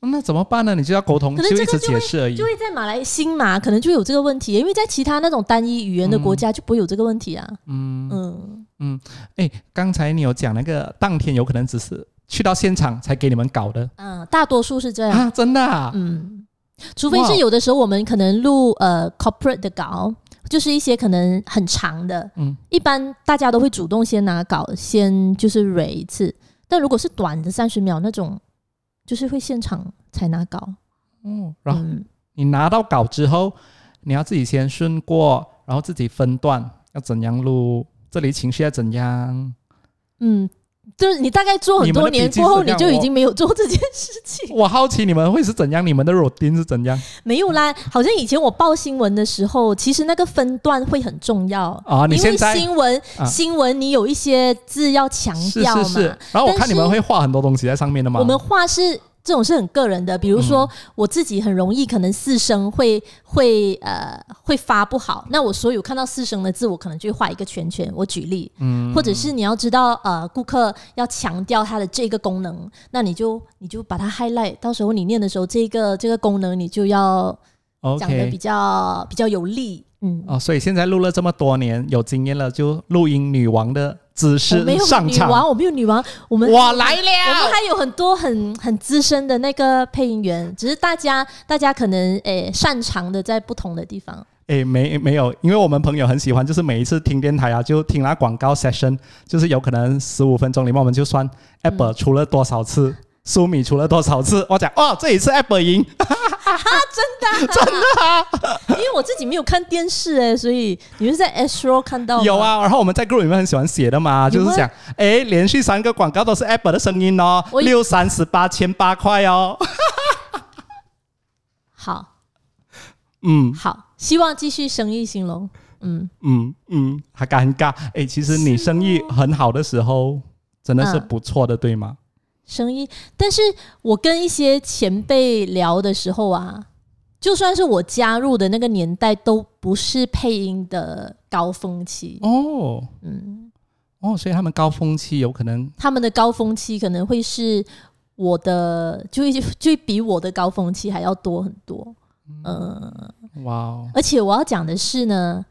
S1: 哦，那怎么办呢？你就要沟通，
S2: 嗯可能这
S1: 一
S2: 个
S1: 直解释而已
S2: 就。会在马来新马可能就有这个问题，因为在其他那种单一语言的国家就不会有这个问题啊。
S1: 嗯，
S2: 嗯，
S1: 哎，刚才你有讲那个当天有可能只是去到现场才给你们搞的
S2: 啊，大多数是这样。
S1: 啊，真的啊，
S2: 嗯，除非
S1: 哇哦
S2: 是有的时候我们可能录呃 corporate 的稿，就是一些可能很长的，
S1: 嗯
S2: 一般大家都会主动先拿稿，先就是蕊一次。但如果是短的三十秒那种，就是会现场才拿稿。
S1: 哦，然后
S2: 嗯，
S1: 你拿到稿之后，你要自己先顺过，然后自己分段，要怎样录，这里情绪要怎样。
S2: 嗯，就是你大概做很
S1: 你们
S2: 多
S1: 的
S2: 年
S1: 笔记
S2: 过后，
S1: 是这
S2: 你
S1: 样
S2: 就已
S1: 哦
S2: 经没有做这件 事情。
S1: 我好奇你们会是怎样，你们的 routine 是怎样
S2: 没有啦，好像以前我报新闻的时候，其实那个分段会很重要
S1: 啊？你
S2: 因为
S1: 现在
S2: 新闻、
S1: 啊
S2: 新闻你有一些字要强
S1: 是
S2: 调嘛。
S1: 是是，然后我看你们会画很多东西在上面的嘛。
S2: 我们话是这种是很个人的，比如说
S1: 嗯
S2: 我自己很容易可能四声会会呃会发不好，那我所有看到四声的字，我可能就会画一个圈圈。我举例，
S1: 嗯
S2: 或者是你要知道呃顾客要强调它的这个功能，那你就你就把它 highlight，到时候你念的时候，这个这个功能你就要讲的
S1: OK
S2: 比较比较有力。嗯，
S1: 哦，所以现在录了这么多年，有经验了，就录音女王的姿
S2: 我
S1: 势
S2: 没有
S1: 上
S2: 女
S1: 场，
S2: 王，我没有女王，我们
S1: 我来
S2: 我们
S1: 了。
S2: 还有很多很很资深的那个配音员，只是大家大家可能诶、擅长的在不同的 地方。
S1: 诶，没没有，因为我们朋友很喜欢，就是每一次听电台啊，就听那广告 session，就是有可能十五分钟里面我们就
S2: 嗯
S1: 算 Apple 出了多少次。苏米出了多少次？我讲哦，这一次 Apple 赢，
S2: 真的、因为我自己没有看电视诶、所以你们在 Astro 看到吗
S1: 有？啊。然后我们在 group 里面很喜欢写的嘛，
S2: 哦有啊
S1: 就
S2: 吗
S1: 是讲，诶，连续三个广告都是 Apple 的声音哦，
S2: 我
S1: 六三十八千八块哦，
S2: 好
S1: 嗯。
S2: 好，希望继续生意兴隆。嗯，
S1: 嗯，嗯，还尴尬。哎，其实你生意很好的时候，真的是
S2: 嗯
S1: 不错的，对吗？
S2: 生意。但是我跟一些前辈聊的时候啊，就算是我加入的那个年代，都不是配音的高峰期。
S1: 哦，
S2: 嗯。
S1: 哦，所以他们高峰期有可能
S2: 他们的高峰期可能会是我的，就会就会比我的高峰期还要多很多。
S1: 嗯
S2: 呃，
S1: 哇哦，
S2: 而且我要讲的是呢，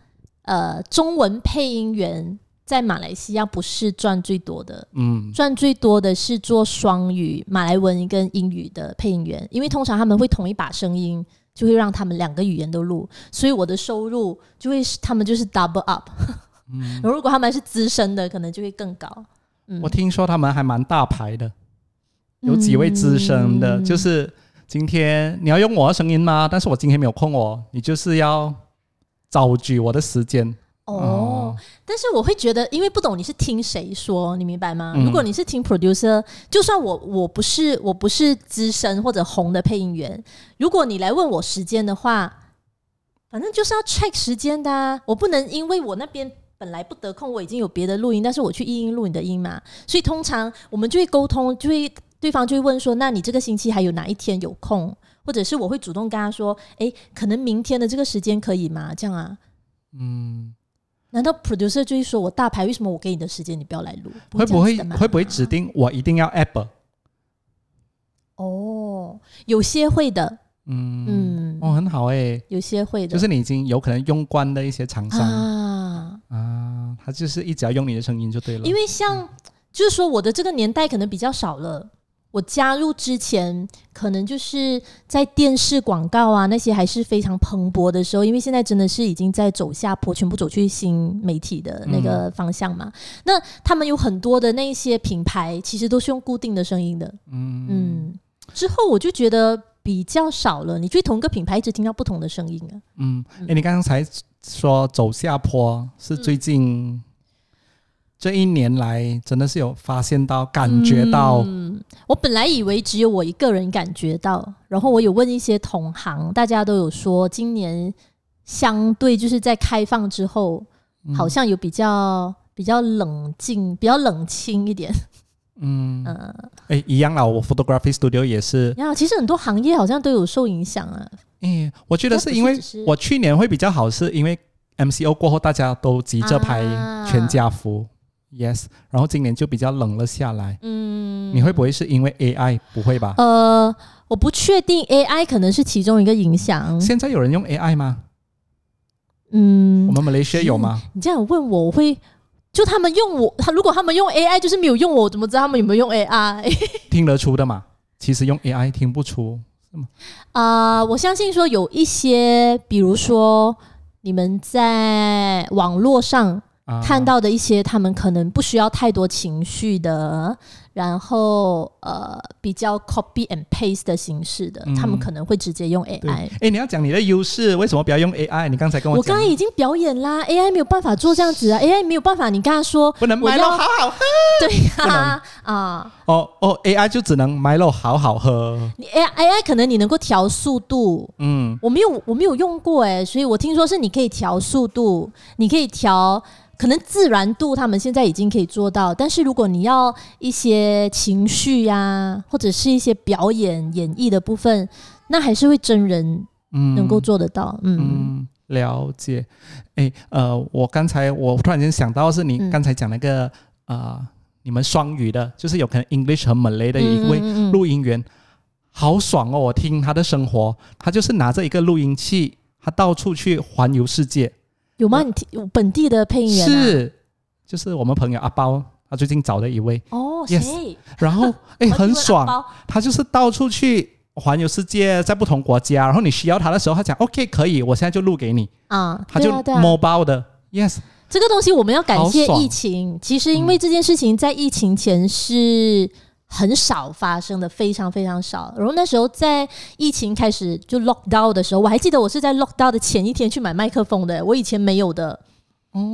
S2: 呃，中文配音员在马来西亚不是赚最多的，
S1: 嗯
S2: 赚最多的是做双语马来文跟英语的配音员，因为通常他们会同一把声音。就会让他们两个语言都录，所以我的收入就会是他们就是 double up。
S1: 嗯，
S2: 然后如果他们是资深的，可能就会更高。嗯
S1: 我听说他们还蛮大牌的，有几位资深的，
S2: 嗯
S1: 就是今天你要用我的声音吗？但是我今天没有空哦，你就是要找举我的时间。
S2: 哦，但是我会觉得，因为不懂你是听谁说，你明白吗？
S1: 嗯
S2: 如果你是听 producer，就算我我不是我不是资深或者红的配音员，如果你来问我时间的话，反正就是要 check 时间的、啊，我不能因为我那边。本来不得空，我已经有别的录音，但是我去一音录你的音嘛，所以通常我们就会沟通，就会对方就会问说，那你这个星期还有哪一天有空？或者是我会主动跟他说，诶，可能明天的这个时间可以吗？这样啊，
S1: 嗯，
S2: 难道 producer 就会说我大牌，为什么我给你的时间你不要来录？
S1: 会不
S2: 这样
S1: 会
S2: 子的吗嗯
S1: 会不会指定我一定要 Apple？
S2: 哦，有些会的，
S1: 嗯
S2: 嗯，
S1: 哦，很好哎，
S2: 有些会的，
S1: 就是你已经有可能用惯的一些厂商。
S2: 啊，
S1: 啊，他就是一直要用你的声音就对了。
S2: 因为像就是说我的这个年代可能比较少了。我加入之前，可能就是在电视广告啊那些还是非常蓬勃的时候，因为现在真的是已经在走下坡，全部走去新媒体的那个
S1: 嗯
S2: 方向嘛。那他们有很多的那一些品牌，其实都是用固定的声音的，
S1: 嗯
S2: 嗯，之后我就觉得比较少了。你去同一个品牌一直听到不同的声音啊，嗯
S1: 嗯，哎、你刚才说走下坡是最近、这一年来真的是有发现到、感觉到，
S2: 嗯，我本来以为只有我一个人感觉到，然后我有问一些同行，大家都有说，今年相对就是在开放之后，
S1: 嗯
S2: 好像有比较比较冷静、比较冷清一点。
S1: 嗯，
S2: 嗯、
S1: 哎、一样啦，我 photography studio 也是，
S2: 然后其实很多行业好像都有受影响啊。
S1: 哎、我觉得是因
S2: 那
S1: 为
S2: 不是只是
S1: 我去年会比较好，是因为 MCO 过后大家都急着拍
S2: 啊
S1: 全家福、y e s 然后今年就比较冷了下来。
S2: 嗯，
S1: 你会不会是因为 AI？不会吧？
S2: 呃，我不确定 AI 可能是其中一个影响。
S1: 现在有人用 AI 吗？
S2: 嗯
S1: 我，们马来西亚有 吗？
S2: 你这样问我，我会就他们用我，他如果他们用 AI 就是没有用我，我怎么知道他们有没有用 AI
S1: 听得出的嘛？其实用 AI 听不出。
S2: 啊、我相信说有一些，比如说你们在网络上
S1: 啊、
S2: 看到的一些，他们可能不需要太多情绪的，然后呃比较 copy and paste 的形式的，
S1: 嗯
S2: 他们可能会直接用
S1: 对，
S2: AI
S1: 哎。、你要讲你的优势，为什么不要用 AI？你刚才跟
S2: 我
S1: 讲
S2: 刚，才已经表演啦，AI 没有办法做这样子啊，AI 没有办法。你刚才说
S1: 不能
S2: 我
S1: 买
S2: 要
S1: 了好好喝。
S2: 对呀 啊，
S1: 哦哦，AI 就只能买了好好喝。
S2: 你 AI AI 可能你能够调速度，
S1: 嗯，
S2: 我没有我没有用过哎、所以我听说是你可以调速度，你可以调可能自然度，他们现在已经可以做到。但是如果你要一些情绪呀、或者是一些表演演绎的部分，那还是会真人
S1: 嗯
S2: 能够做得到。嗯，
S1: 嗯，了解。哎，呃，我刚才我突然间想到是你
S2: 嗯
S1: 刚才讲那个啊、呃你们双语的，就是有可能 English 和 Malay 的一位
S2: 嗯嗯嗯
S1: 录音员，好爽哦！我听他的生活，他就是拿着一个录音器，他到处去环游世界。
S2: 有吗？你听有本地的配音员、啊、
S1: 是，就是我们朋友阿包，他最近找的一位，
S2: 哦，谁
S1: Yes 然 后哎
S2: 我以为
S1: 很
S2: 阿
S1: 爽，
S2: 包
S1: 他就是到处去环游世界，在不同国家，然后你需要他的时候，他讲 OK 可以，我现在就录给你，
S2: 啊，
S1: 他
S2: 对
S1: 就
S2: 啊对啊
S1: mobile 的、Yes，
S2: 这个东西我们要感谢
S1: 好爽嗯
S2: 疫情。其实因为这件事情在疫情前是很少发生的，非常非常少。然后那时候在疫情开始就 lock down 的时候，我还记得我是在 lock down 的前一天去买麦克风的，我以前没有的。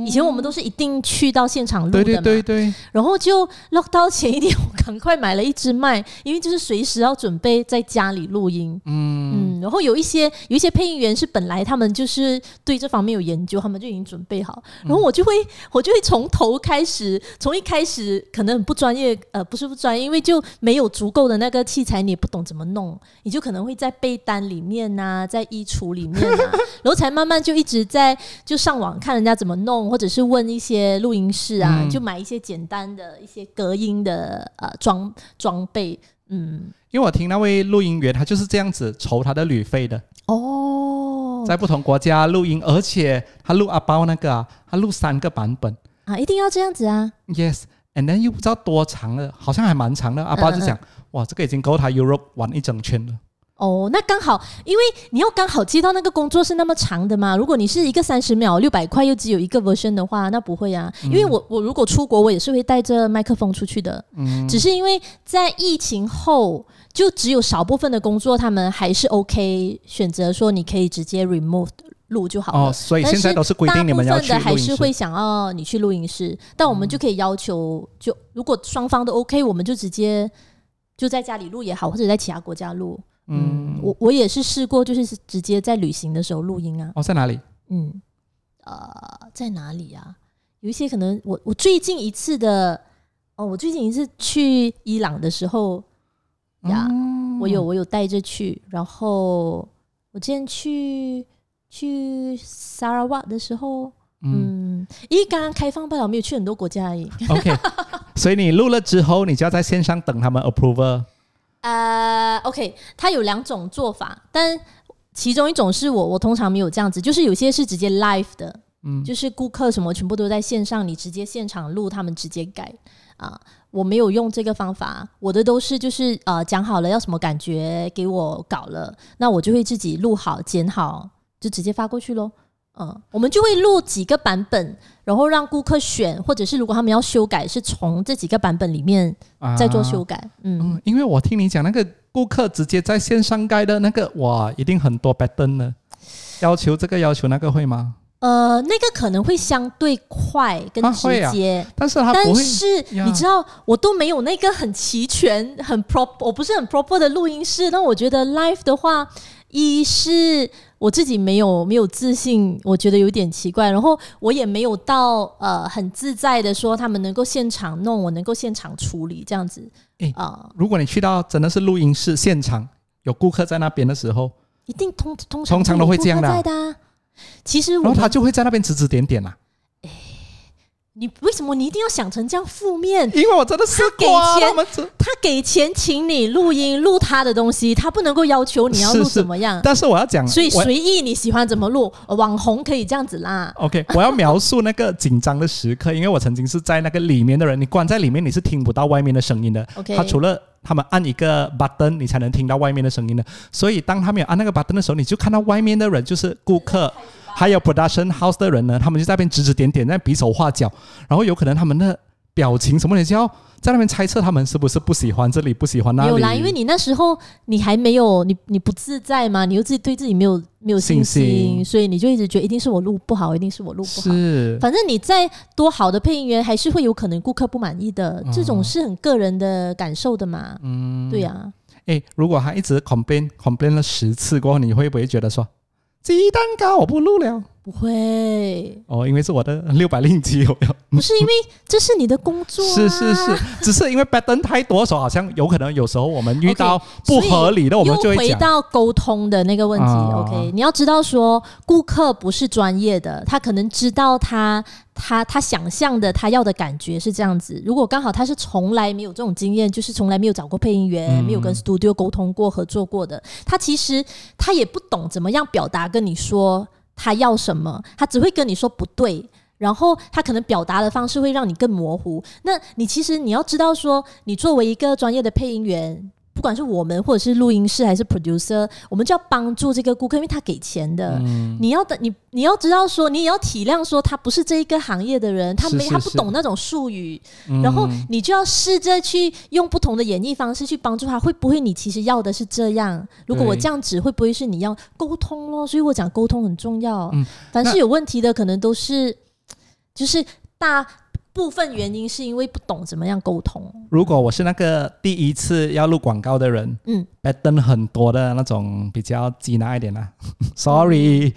S2: 以前我们都是一定去到现场录的
S1: 对
S2: 嘛，
S1: 哦对对对，
S2: 然后就 lock down 前一天，我赶快买了一支麦，因为就是随时要准备在家里录音。
S1: 嗯
S2: 嗯，然后有一些有一些配音员是本来他们就是对这方面有研究，他们就已经准备好，然后我就会、我就会从头开始，从一开始可能很不专业，呃，不是不专业，因为就没有足够的那个器材，你也不懂怎么弄，你就可能会在被单里面呐、在衣橱里面呐、然后才慢慢就一直在就上网看人家怎么弄，或者是问一些录音室啊，
S1: 嗯
S2: 就买一些简单的一些隔音的呃装装备，嗯，
S1: 因为我听那位录音员，他就是这样子筹他的旅费的，
S2: 哦。
S1: 在不同国家录音，而且他录阿包那个啊，他录三个版本
S2: 啊，一定要这样子啊！
S1: ，Yes。And then 又不知道多长了，好像还蛮长的。阿包就
S2: 嗯
S1: 讲，哇，这个已经够他 Europe 玩一整圈了。
S2: 哦，那刚好，因为你要刚好接到那个工作是那么长的嘛。如果你是一个三十秒六百块，又只有一个 version 的话，那不会啊。因为我我如果出国，我也是会带着麦克风出去的。
S1: 嗯
S2: 只是因为在疫情后，就只有少部分的工作，他们还是 OK 选择说你可以直接 remove 录就好了。
S1: 哦，所以
S2: 但
S1: 现在
S2: 是
S1: 都是规定你们要
S2: 大部
S1: 去
S2: 分的
S1: 录
S2: 还
S1: 音
S2: 是
S1: 室。嗯
S2: 会想要你去录音室，但我们就可以要求，就如果双方都 OK，我们就直接就在家里录也好，或者在其他国家录。嗯，
S1: 嗯，
S2: 我我也是试过，就是直接在旅行的时候录音啊。
S1: 哦，在哪里？
S2: 嗯，呃，在哪里啊？有一些可能我我最近一次的哦，我最近一次去伊朗的时候呀，
S1: 嗯
S2: 我有我有带着去，然后我之前去去萨拉瓦的时候，
S1: 嗯
S2: 嗯，因为刚刚开放不了，没有去很多国家而已。
S1: ，OK。所以你录了之后，你就要在线上等他们 approval。
S2: 呃，OK，它有两种做法，但其中一种是我我通常没有这样子，就是有些是直接 live 的，
S1: 嗯，
S2: 就是顾客什么全部都在线上，你直接现场录，他们直接改啊。我没有用这个方法，我的都是就是呃讲好了要什么感觉给我搞了，那我就会自己录好剪好，就直接发过去咯。嗯，我们就会录几个版本，然后让顾客选，或者是如果他们要修改，是从这几个版本里面
S1: 啊
S2: 再做修改。嗯，
S1: 嗯，因为我听你讲那个顾客直接在线上盖的那个，哇，一定很多 pattern 的，要求这个要求那个会吗？
S2: 呃，那个可能会相对快跟
S1: 啊
S2: 直
S1: 会啊
S2: 接，
S1: 但是它不
S2: 但
S1: 会。
S2: 是
S1: 呀
S2: 你知道，我都没有那个很齐全、很 prop，我不是很 proper 的录音室。那我觉得 live 的话，一是我自己没有没有自信，我觉得有点奇怪。然后我也没有到呃很自在的说他们能够现场弄，我能够现场处理这样子
S1: 诶
S2: 啊、
S1: 如果你去到真的是录音室现场，有顾客在那边的时候，
S2: 一定通通
S1: 通常都会这样的啊
S2: 有顾客在的啊、其实我
S1: 然后
S2: 们
S1: 他就会在那边指指点点啊啦、
S2: 你为什么你一定要想成这样负面？
S1: 因为我真的是过啊、
S2: 他给钱
S1: 他们指
S2: 他给钱请你录音，录他的东西，他不能够要求你要
S1: 是
S2: 录
S1: 是
S2: 怎么样。
S1: 但是我要讲，
S2: 所以
S1: 嗯我
S2: 随意你喜欢怎么录，呃网红可以这样子啦。
S1: OK，我要描述那个紧张的时刻，因为我曾经是在那个里面的人，你关在里面你是听不到外面的声音的。
S2: OK
S1: 他除了他们按一个 button，你才能听到外面的声音的。所以当他们有按那个 button 的时候，你就看到外面的人，就是顾客，还有 production house 的人呢，他们就在那边指指点点，在比手画脚，然后有可能他们的表情什么，你就要在那边猜测他们是不是不喜欢这里，不喜欢那里。
S2: 有啦，因为你那时候你还没有你你不自在嘛，你又自己对自己没有没有信心，
S1: 信心
S2: 所以你就一直觉得一定是我录不好，一定是我录不好。
S1: 是
S2: 反正你再多好的配音员，还是会有可能顾客不满意的，
S1: 嗯
S2: 这种是很个人的感受的嘛。嗯，对呀、
S1: 诶，如果他一直 complain complain 了十次过后，你会不会觉得说鸡蛋糕我不录了？
S2: 不会，
S1: 哦，因为是我的六百令吉，有没有？
S2: 不是因为这是你的工作、啊，
S1: 是是是，只是因为 pattern 太多手，好像有可能有时候我们遇到不合理的，我们就会
S2: 又回
S1: 讲。
S2: 到沟通的那个问题。
S1: 啊
S2: OK，你要知道说，顾客不是专业的，他可能知道他他他想象的他要的感觉是这样子。如果刚好他是从来没有这种经验，就是从来没有找过配音员，
S1: 嗯
S2: 没有跟 studio 沟通过、合作过的，他其实他也不懂怎么样表达跟你说他要什么，他只会跟你说不对。然后他可能表达的方式会让你更模糊。那你其实你要知道说，你作为一个专业的配音员，不管是我们或者是录音师还是 producer，我们就要帮助这个顾客，因为他给钱的。你要的
S1: 嗯
S2: 你你要知道说，你也要体谅说他不是这一个行业的人，他
S1: 是
S2: 没
S1: 是
S2: 他不
S1: 是
S2: 懂那种术语，
S1: 嗯
S2: 然后你就要试着去用不同的演绎方式去帮助他，会不会你其实要的是这样？如果我
S1: 对
S2: 这样子，会不会是你要沟通咯？所以我讲沟通很重要。
S1: 嗯
S2: 凡
S1: 那
S2: 是有问题的，可能都是就是大部分原因是因为不懂怎么样沟通。
S1: 如果我是那个第一次要录广告的人，
S2: 嗯
S1: ，pattern 很多的那种比较鸡拿一点啦、，sorry，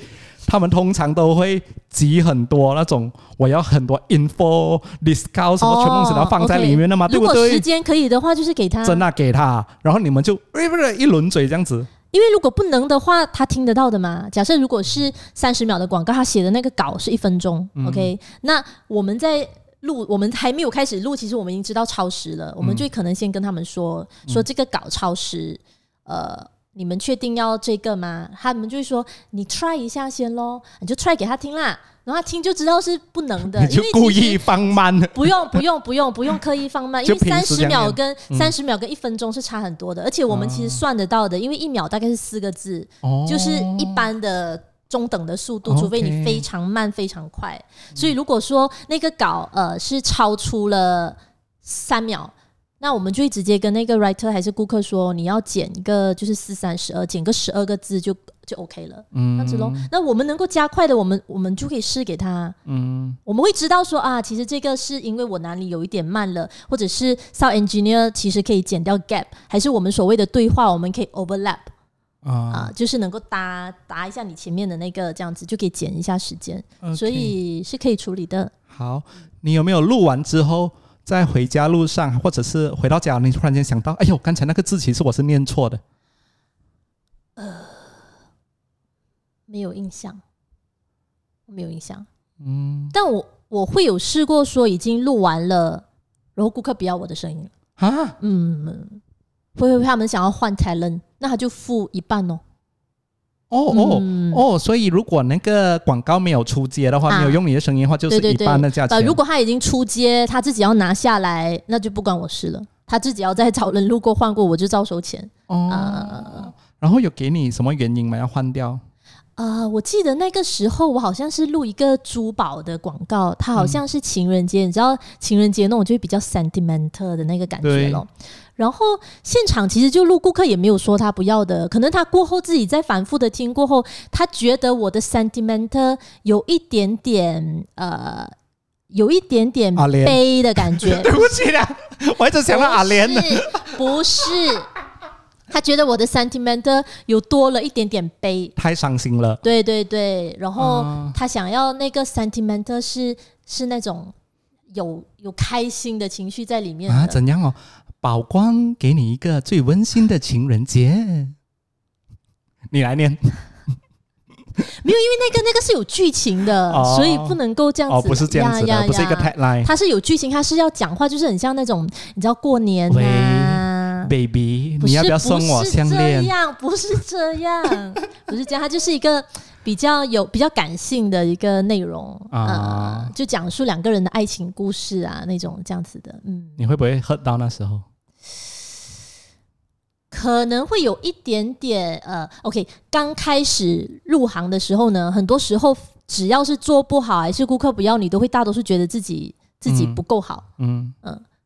S1: 他们通常都会集很多那种我要很多 info discount 什么全部只要放在里面的嘛，
S2: 哦如
S1: 对不
S2: 果时
S1: 对？
S2: 间可以的话，就是给他，
S1: 真的给他，然后你们就喂不是一轮嘴这样子，
S2: 因为如果不能的话，他听得到的嘛。假设如果是三十秒的广告，他写的那个稿是一分钟、o
S1: 嗯
S2: k 那我们在。录我们还没有开始录，其实我们已经知道超时
S1: 嗯
S2: 了，我们就可能先跟他们说、说这个稿超时，呃，你们确定要这个吗？他们就会说你 try 一下先咯，你就 try 给他听啦，然后他听就知道是不能 的，
S1: 你就
S2: 因为其实
S1: 故意放慢。
S2: 不用不用不用 不用刻意放慢，因
S1: 就
S2: 为
S1: 平
S2: 三
S1: 时
S2: 十
S1: 这样
S2: 秒
S1: 念嗯
S2: 跟三十秒跟一分钟是差很多的，而且我们其实算得到的，因为一秒大概是四个字，
S1: 哦
S2: 就是一般的中等的速度，除非
S1: OK 嗯
S2: 你非常慢非常快。所以如果说那个稿呃是超出了三秒。那我们就会直接跟那个 writer 还是顾客说，你要减一个就是四三十二，减个十二个字就就 OK 了，
S1: 哦
S2: 这样子咯。那我们能够加快的，我们我们就可以试给他。
S1: 嗯，
S2: 我们会知道说啊，其实这个是因为我哪里有一点慢了，或者是 sound engineer 其实可以减掉 gap，还是我们所谓的对话，我们可以 overlap
S1: 啊
S2: 啊，就是能够搭搭一下你前面的那个，这样子就可以减一下时间
S1: OK
S2: 所以是可以处理的。
S1: 好，你有没有录完之后，在回家路上或者是回到家，你突然间想到，哎呦，刚才那个字其实我是念错的，
S2: 没有印象，没有印象，
S1: 嗯，
S2: 但我我会有试过说已经录完了，然后顾客不要我的声音了，
S1: 啊，
S2: 嗯，会会会他们想要换 talent，那他就付一半哦。
S1: 哦哦、
S2: 嗯
S1: 哦，所以如果那个广告没有出街的话，
S2: 啊
S1: 没有用你的声音的话，就是
S2: 对
S1: 一
S2: 对对
S1: 般的价钱。
S2: 呃，如果他已经出街，他自己要拿下来，那就不关我事了。他自己要再找人路过换过，我就照收钱。
S1: 哦、
S2: 呃
S1: 然后有给你什么原因吗？要换掉？
S2: 呃，我记得那个时候我好像是录一个珠宝的广告，它好像是情人节，你知道情人节那种就会比较 sentimental 的那个感觉咯。然后现场其实就录，顾客也没有说他不要的，可能他过后自己再反复的听过后，他觉得我的 sentiment 有一点点呃，有一点点
S1: 阿莲
S2: 悲的 感觉。
S1: 对不起啦，我一直想到阿莲呢。
S2: 不是，不是，他觉得我的 sentiment 有多了一点点悲。
S1: 太伤心了。
S2: 对对对，然后
S1: 啊
S2: 他想要那个 sentiment 是是那种有有开心的情绪在里面
S1: 啊，
S2: 的。
S1: 怎样哦？宝光给你一个最温馨的情人节，你来念
S2: 那个那个是有剧情的，
S1: 哦
S2: 所以不能够这样子。
S1: 哦，不是这样子
S2: 呀呀
S1: 的，不是一个
S2: 呀
S1: tagline。
S2: 它是有剧情，它是要讲话，就是很像那种你知道过年啊。
S1: Baby，
S2: 不
S1: 你
S2: 是
S1: 要不要送我项
S2: 不是这
S1: 链？
S2: 样，不是这样，不是这样，它就是一个比较有比较感性的一个内容啊、
S1: 啊
S2: 呃就讲述两个人的爱情故事啊，那种这样子的，嗯。
S1: 你会不会 hurt 到那时候？
S2: 可能会有一点点呃，OK，刚开始入行的时候呢，很多时候只要是做不好，还是顾客不要你，都会大多数觉得自己自己
S1: 嗯
S2: 不够好，
S1: 嗯，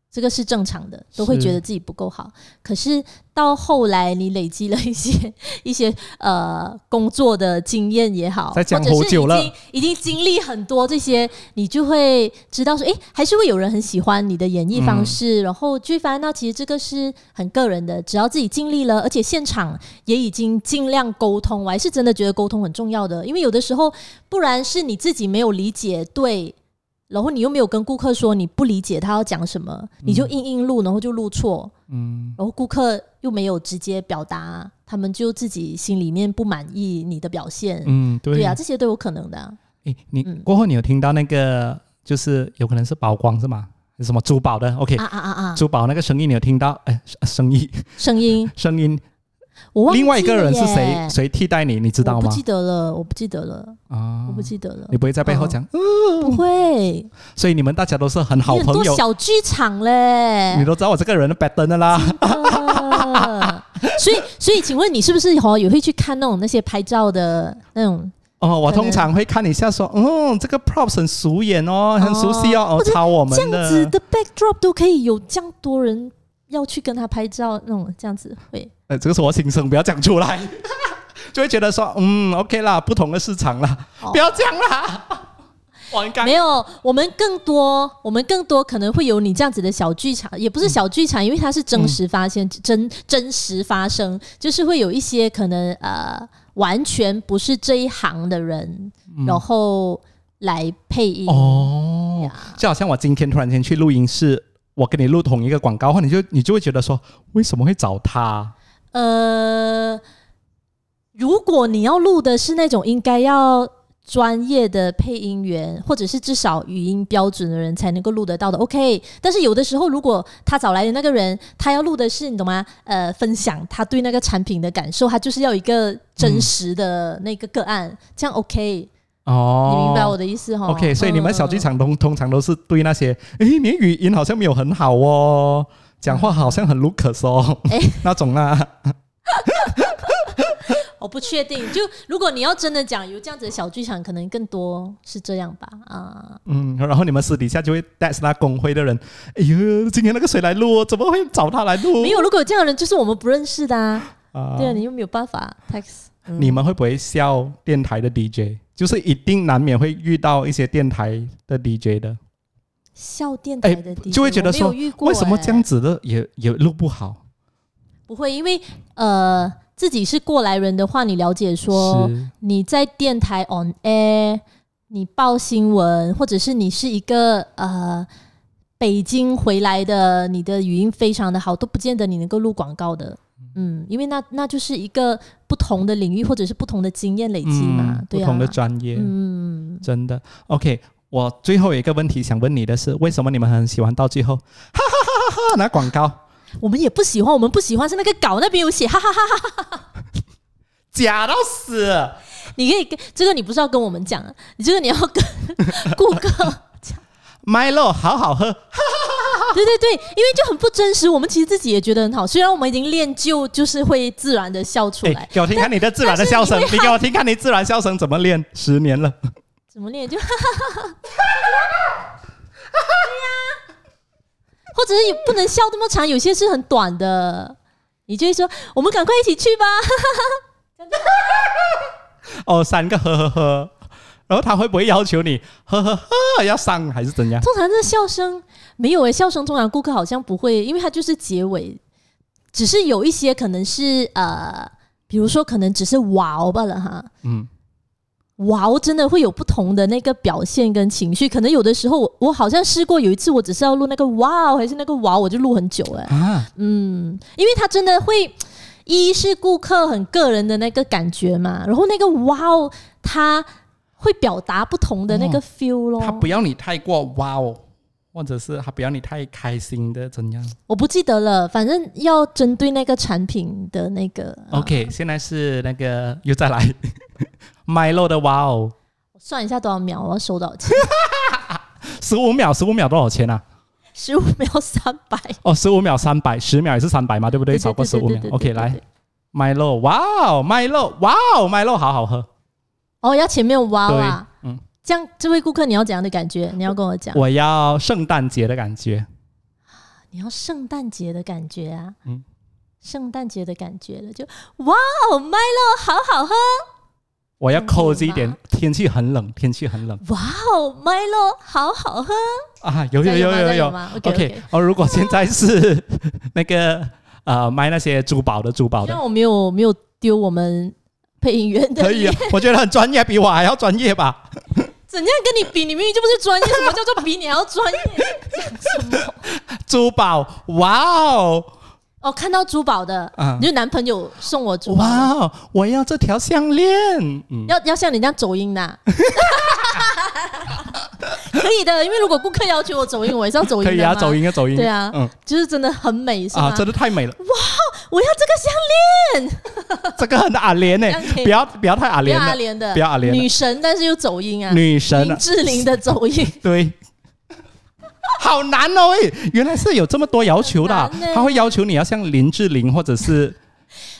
S2: 这个是正常的，都会
S1: 是
S2: 觉得自己不够好。可是到后来，你累积了一些 一些呃工作的经验也好，
S1: 在江
S2: 或者
S1: 湖
S2: 是
S1: 久了
S2: 已经已经经历很多这些，你就会知道说，诶，还是会有人很喜欢你的演绎方
S1: 嗯
S2: 式，然后就会发现到其实这个是很个人的，只要自己尽力了，而且现场也已经尽量沟通，我还是真的觉得沟通很重要的，因为有的时候不然是你自己没有理解对。然后你又没有跟顾客说你不理解他要讲什么，你就硬硬录，然后就录错，
S1: 嗯，
S2: 然后顾客又没有直接表达，他们就自己心里面不满意你的表现，
S1: 嗯，对
S2: 对啊，这些都有可能的啊、
S1: 诶，你
S2: 嗯
S1: 过后你有听到那个，就是有可能是宝光是吗？还是什么珠宝的？OK，
S2: 啊啊啊啊！
S1: 珠宝那个声音你有听到？哎，声音
S2: 声音，
S1: 声音，
S2: 我忘记
S1: 另外一个人是
S2: 了
S1: 谁？
S2: 耶？
S1: 谁替代你？你知道
S2: 我不
S1: 吗？
S2: 记得了，我不记得了，
S1: 啊
S2: 我不记得了
S1: 你，不会在背后讲，
S2: 不会，
S1: 所以你们大家都是很好
S2: 你很
S1: 朋
S2: 多
S1: 友，
S2: 小剧场
S1: 你
S2: 嘞。
S1: 都知道我这个人的 pattern 的啦。
S2: 呃 所以，所以，请问你是不是哦也会去看那种那些拍照的那种
S1: 哦，我
S2: 可能
S1: 通常会看一下说，嗯，这个 props 很熟眼哦，很熟悉哦，
S2: 或
S1: 哦
S2: 者
S1: 抄我
S2: 这
S1: 们
S2: 样子
S1: 的。
S2: 的 backdrop 都可以有这样多人要去跟他拍照，那种这样子会
S1: 呃，这个是我心声，不要讲出来， 就会觉得说，嗯，OK 啦，不同的市场啦，
S2: 哦
S1: 不要讲啦，我很尴
S2: 没有？ 我们更多，我们更多可能会有你这样子的小剧场，也不是小剧场，因为它是真实发现、真真实发生，就是会有一些可能呃完全不是这一行的人，然后来配音。
S1: 哦
S2: 呀，
S1: 就好像我今天突然间去录音室，我跟你录同一个广告后，你就你就会觉得说，为什么会找他？
S2: 呃，如果你要录的是那种应该要专业的配音员，或者是至少语音标准的人才能够录得到的，OK。但是有的时候，如果他找来的那个人，他要录的是你懂吗？呃，分享他对那个产品的感受，他就是要有一个真实的那个个案，这样 OK。
S1: 哦，
S2: 你明白我的意思哈
S1: OK，所以你们小剧
S2: 嗯
S1: 场通通常都是对那些，诶，你的语音好像没有很好哦，讲话好像很 Lucas 哦，
S2: 嗯诶
S1: 那种啦。
S2: 我哦不确定。就如果你要真的讲有这样子的小剧场，可能更多是这样吧啊。
S1: 嗯，然后你们私底下就会带那工会的人，哎呦，今天那个谁来录哦？怎么会找他来录？
S2: 没有，如果有这样的人，就是我们不认识的啊。
S1: 啊
S2: 对啊，你又没有办法 tax。嗯
S1: 你们会不会笑电台的 DJ？就是一定难免会遇到一些电台的 DJ 的，
S2: 笑电台的
S1: 哎
S2: DJ，
S1: 就会觉得说
S2: 我没有遇过
S1: 为什么
S2: 哎
S1: 这样子的也也录不好？
S2: 不会，因为呃，自己是过来人的话，你了解说
S1: 是
S2: 你在电台 on air，你报新闻，或者是你是一个呃。北京回来的，你的语音非常的好，都不见得你能够录广告的，嗯，因为那那就是一个不同的领域或者是不同的经验累积嘛，
S1: 嗯
S2: 对
S1: 不
S2: 啊，
S1: 同的专业，
S2: 嗯，
S1: 真的，OK。我最后有一个问题想问你的是，为什么你们很喜欢到最后，哈哈哈哈哈拿广告
S2: 我们也不喜欢，我们不喜欢是那个稿那边有写，哈哈哈哈。
S1: 假到死？
S2: 你可以跟这个你不是要跟我们讲，啊你这个你要跟顾客，
S1: 麦乐好好喝，
S2: 对对对，因为就很不真实。我们其实自己也觉得很好，虽然我们已经练就，就是会自然的笑出来
S1: 哎，。给我听看你的自然的笑声，你给我听看你自然笑声怎么练，十年了，
S2: 怎么练就？哈哈哈哈哈哈对呀、或者是也不能笑这么长，有些是很短的，你就会说我们赶快一起去吧。
S1: 哦，三个呵呵呵，然后他会不会要求你呵呵呵要上还是怎样？
S2: 通常这笑声没有诶、笑声通常顾客好像不会，因为它就是结尾，只是有一些可能是呃，比如说可能只是哇哦罢了哈，
S1: 嗯，
S2: 哇哦真的会有不同的那个表现跟情绪，可能有的时候我我好像试过有一次，我只是要录那个哇哦还是那个哇哦，我就录很久诶、
S1: 啊，
S2: 嗯，因为他真的会，一是顾客很个人的那个感觉嘛，然后那个哇哦，他会表达不同的那个 feel 咯。
S1: 他不要你太过哇哦，或者是他不要你太开心的怎样、
S2: 我不记得了，反正要针对那个产品的那个。呃
S1: o k 现在是那个又再来 Milo 的哇哦，
S2: 我算一下多少秒，我要收多 少钱？
S1: 十五秒，十五秒多少钱啊？
S2: 十五秒三 百，
S1: 哦，十五秒三百，十秒也是三百嘛，对不对？超过十五秒
S2: 对对对对
S1: ，OK，
S2: 对
S1: 来。Milo，哇哦，Milo，哇哦，Milo 好好喝。
S2: 哦，要前面哇哇。
S1: 对嗯
S2: 这样，这位顾客你要怎样的感觉？你要跟我讲，
S1: 我要圣诞节的感觉，
S2: 你要圣诞节的感觉啊，
S1: 嗯
S2: 圣诞节的感觉了，就哇哦，Milo 好好喝。
S1: 我要
S2: 圣诞
S1: 扣这一点
S2: 吧。
S1: 天气很冷，天气很冷
S2: 哇哦，Milo 好好喝，
S1: 啊！有有有有有。
S2: 吗？OK
S1: OK，哦，如果现在是那个呃卖那些珠宝的珠宝
S2: 虽然
S1: 的，
S2: 我没有没有丢我们配音员的，
S1: 可以啊，我觉得很专业，比我还要专业吧。
S2: 怎样跟你比？你明明就不是专业，什么叫做比你还要专业？讲什么？
S1: 珠宝，哇哦，
S2: 哦，看到珠宝的，
S1: 啊
S2: 你就男朋友送我珠宝的，
S1: 哇哦，我要这条项链。嗯，
S2: 要要像你这样走音的啊、 可以的，因为如果顾客要求我走音，我也是要走音
S1: 可
S2: 的
S1: 以啊，
S2: 嘛
S1: 走，音啊，走音。
S2: 对啊
S1: 嗯
S2: 就是真的很美，是吗？
S1: 啊，真的太美了，
S2: 我要这个项链，
S1: 这个很阿莲呢
S2: 这样可，以
S1: 不要不要太阿
S2: 不
S1: 莲
S2: 要阿
S1: 了，
S2: 莲啊的，
S1: 不要阿啊莲的
S2: 女神，但是又走音啊，
S1: 女神
S2: 林
S1: 啊，
S2: 志玲的走音。
S1: 对， 好难哦！喂，原来是有这么多要求的啊
S2: 很难，呢欸
S1: 他会要求你要像林志玲或者是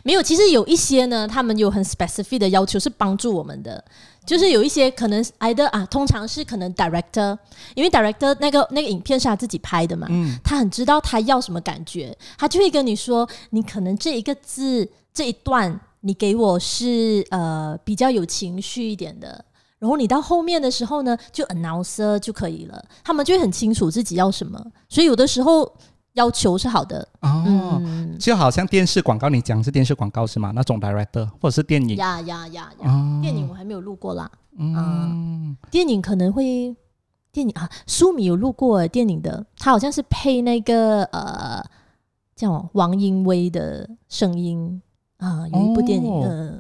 S2: 没有，其实有一些呢，他们有很 specific 的要求是帮助我们的，就是有一些可能 either 啊，通常是可能 director，因为 director 那个那个影片是他自己拍的嘛，他很知道他要什么感觉，他就会跟你说，你可能这一个字这一段你给我是呃比较有情绪一点的。然后你到后面的时候呢，就 announcer 就可以了，他们就会很清楚自己要什么，所以有的时候要求是好的，
S1: 哦，
S2: 嗯，
S1: 就好像电视广告，你讲是电视广告是吗？那种 director 或者是电影
S2: 呀呀呀呀，
S1: 哦
S2: 电影我还啊没有录过啦，
S1: 嗯，
S2: 电影可能会电影啊，苏米有录过欸电影的，他好像是配那个呃叫什么王英薇的声音啊，有一部电影，
S1: 哦
S2: 嗯、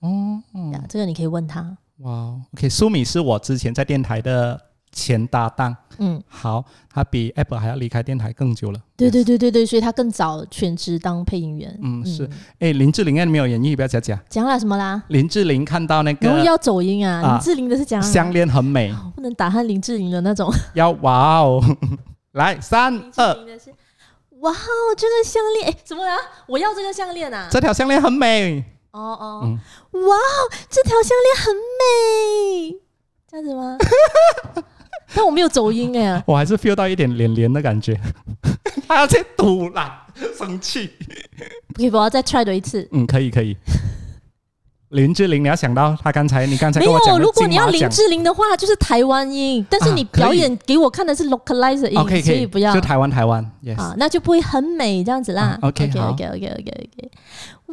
S1: 哦，
S2: 呃呀，这个你可以问他，
S1: 哇哦，OK，苏米是我之前在电台的前搭档，
S2: 嗯，
S1: 好，他比 Apple 还要离开电台更久了。
S2: 对对对对对，所以他更早全职当配音员，
S1: 嗯是，哎，林志玲那里没有演绎，不要假假。
S2: 讲了什么啦？
S1: 林志玲看到那
S2: 然后
S1: 个
S2: 要走音啊，
S1: 啊
S2: 林志玲的是讲
S1: 项链很美，
S2: 不能打鼾林志玲的那种，
S1: 要哇哦， 来三
S2: 林志
S1: 二
S2: 玲的是。哇哦，这个项链，哎，怎么啦？我要这个项链啊！
S1: 这条项链很美，
S2: 哦哦，
S1: 嗯
S2: 哇哦，这条项链很美，这样 子吗？但我没有走音哎、
S1: 我还是 feel 到一点脸脸的感觉。 他要去堵啦，生气。
S2: 可以，我要再 try 多一次。
S1: 嗯，可以可以。林志玲，你要想到他刚才，你刚才
S2: 没
S1: 跟我讲
S2: 有，
S1: 的
S2: 如果
S1: 金
S2: 你要
S1: 马
S2: 林
S1: 奖
S2: 志玲的话，就是台湾音，但是
S1: 啊
S2: 你
S1: 可以
S2: 表演给我看的是 localize 的音，
S1: ，OK 哦可
S2: 所以不要
S1: 就台湾台湾，yes，
S2: 啊，那就不会很美这样子啦
S1: 啊。，OK，
S2: OK
S1: 好
S2: OK OK OK OK，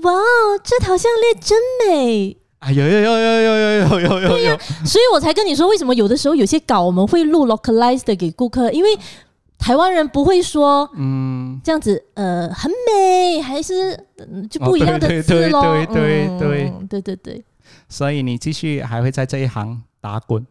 S2: 哇哦，这条项链真美，
S1: 啊有有有有有有有有有有，
S2: 所以我才跟你说，为什么有的时候有些稿我们会录 localize 的给顾客，因为台湾人不会说
S1: 嗯，
S2: 这样子，呃，很美，还是、嗯就不一样
S1: 哦
S2: 的
S1: 对
S2: 字
S1: 对
S2: 喽、
S1: 对对对对
S2: 嗯对对对
S1: 所以你继续还会在这一行打滚，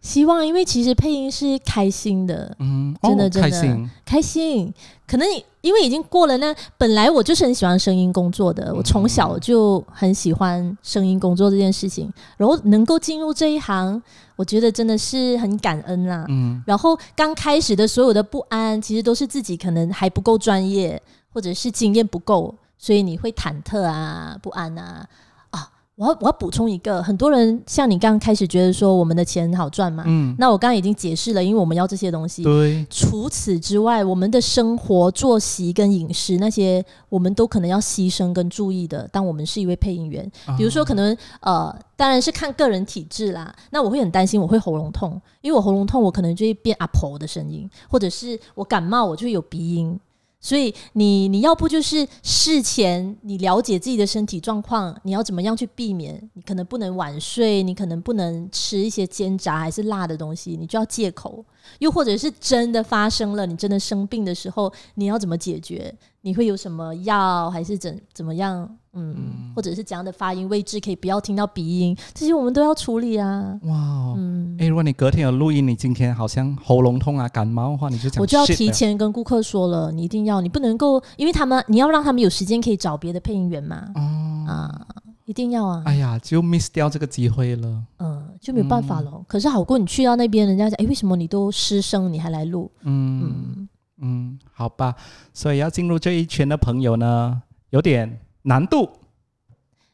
S2: 希望，因为其实配音是开心的，
S1: 嗯，
S2: 真的
S1: 哦
S2: 真的
S1: 开心，
S2: 开心。可能你因为已经过了那，本来我就是很喜欢声音工作的，
S1: 嗯
S2: 我从小就很喜欢声音工作这件事情，然后能够进入这一行，我觉得真的是很感恩啦。
S1: 嗯
S2: 然后刚开始的所有的不安，其实都是自己可能还不够专业，或者是经验不够，所以你会忐忑啊、不安啊。啊，我要我要补充一个，很多人像你刚刚开始觉得说我们的钱好赚嘛，
S1: 嗯，
S2: 那我刚刚已经解释了，因为我们要这些东西。
S1: 对，
S2: 除此之外，我们的生活作息跟饮食那些，我们都可能要牺牲跟注意的。当我们是一位配音员，
S1: 啊
S2: 比如说可能呃，当然是看个人体质啦。那我会很担心我会喉咙痛，因为我喉咙痛，我可能就会变阿婆的声音，或者是我感冒我就会有鼻音。所以你你要不就是事前你了解自己的身体状况，你要怎么样去避免？你可能不能晚睡，你可能不能吃一些煎炸还是辣的东西，你就要戒口。又或者是真的发生了，你真的生病的时候，你要怎么解决？你会有什么药，还是怎怎么样？嗯，或者是怎样的发音位置可以不要听到鼻音，这些我们都要处理啊。
S1: 哇哦，
S2: 嗯，
S1: 哎，如果你隔天有录音，你今天好像喉咙痛啊、感冒的话，你就讲
S2: 我就要
S1: shit
S2: 提
S1: 了
S2: 前跟顾客说了，你一定要，你不能够，因为他们你要让他们有时间可以找别的配音员嘛，
S1: 哦，
S2: 啊，一定要啊，
S1: 哎呀，就 miss 掉这个机会了。
S2: 嗯，就没有办法了。可是好过你去到那边，人家讲，哎，为什么你都失声，你还来录？
S1: 嗯
S2: 嗯，
S1: 嗯，好吧，所以要进入这一圈的朋友呢，有点难度。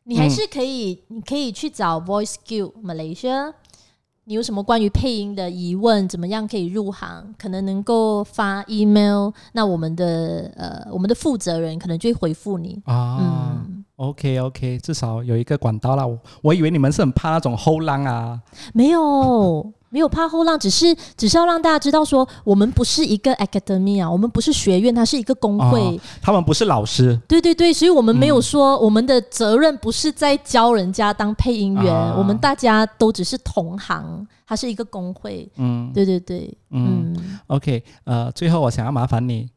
S2: 你
S1: 嗯
S2: 还是可以，你可以去找 Voice Skill Malaysia。你有什么关于配音的疑问？怎么样可以入行？可能能够发 email，那我们的呃，我们的负责人可能就会回复你。
S1: 啊、
S2: 嗯，
S1: o k OK，至少有一个管道啦。我我以为你们是很怕那种后浪啊，
S2: 没有，没有怕后浪，只是只是要让大家知道说，我们不是一个 academy 啊，我们不是学院，它是一个工会。
S1: 哦他们不是老师，
S2: 对对对，所以我们没
S1: 嗯
S2: 有说、我们的责任不是在教人家当配音员，
S1: 啊
S2: 我们大家都只是同行，它是一个工会。
S1: 嗯
S2: 对对对，
S1: 嗯
S2: 嗯
S1: OK，呃，最后我想要麻烦你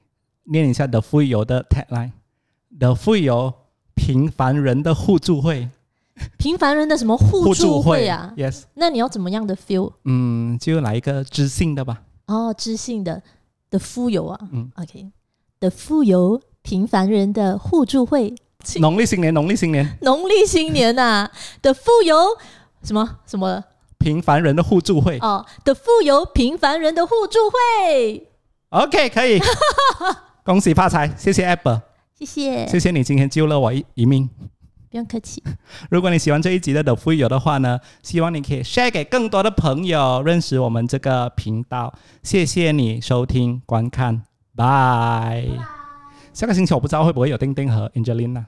S1: 念一下 The 富有的 tagline，The 富有平凡人的互助会，
S2: 平凡人的什么互助会啊？
S1: ，Yes，
S2: 那你要怎么样的 feel？
S1: 嗯，就来一个知性的吧，
S2: 哦，知性的的富有啊，
S1: 嗯
S2: ，OK 的富有，平凡人的互助会，请
S1: 农历新年，农历新年，
S2: 农历新年呐、 的富有什么什么
S1: 平凡人的互助会、
S2: 哦的富有，平凡人的互助会，
S1: o k 可 以，恭喜发财，谢谢 Apple，
S2: 谢谢，
S1: 谢谢你今天救了我一一命。
S2: 不用客气。
S1: 如果你喜欢这一集的 The 富有的话呢，希望你可以 share 给更多的朋友认识我们这个频道。谢谢你收听观看，拜。下个星期我不知道会不会有丁丁和 Angelina。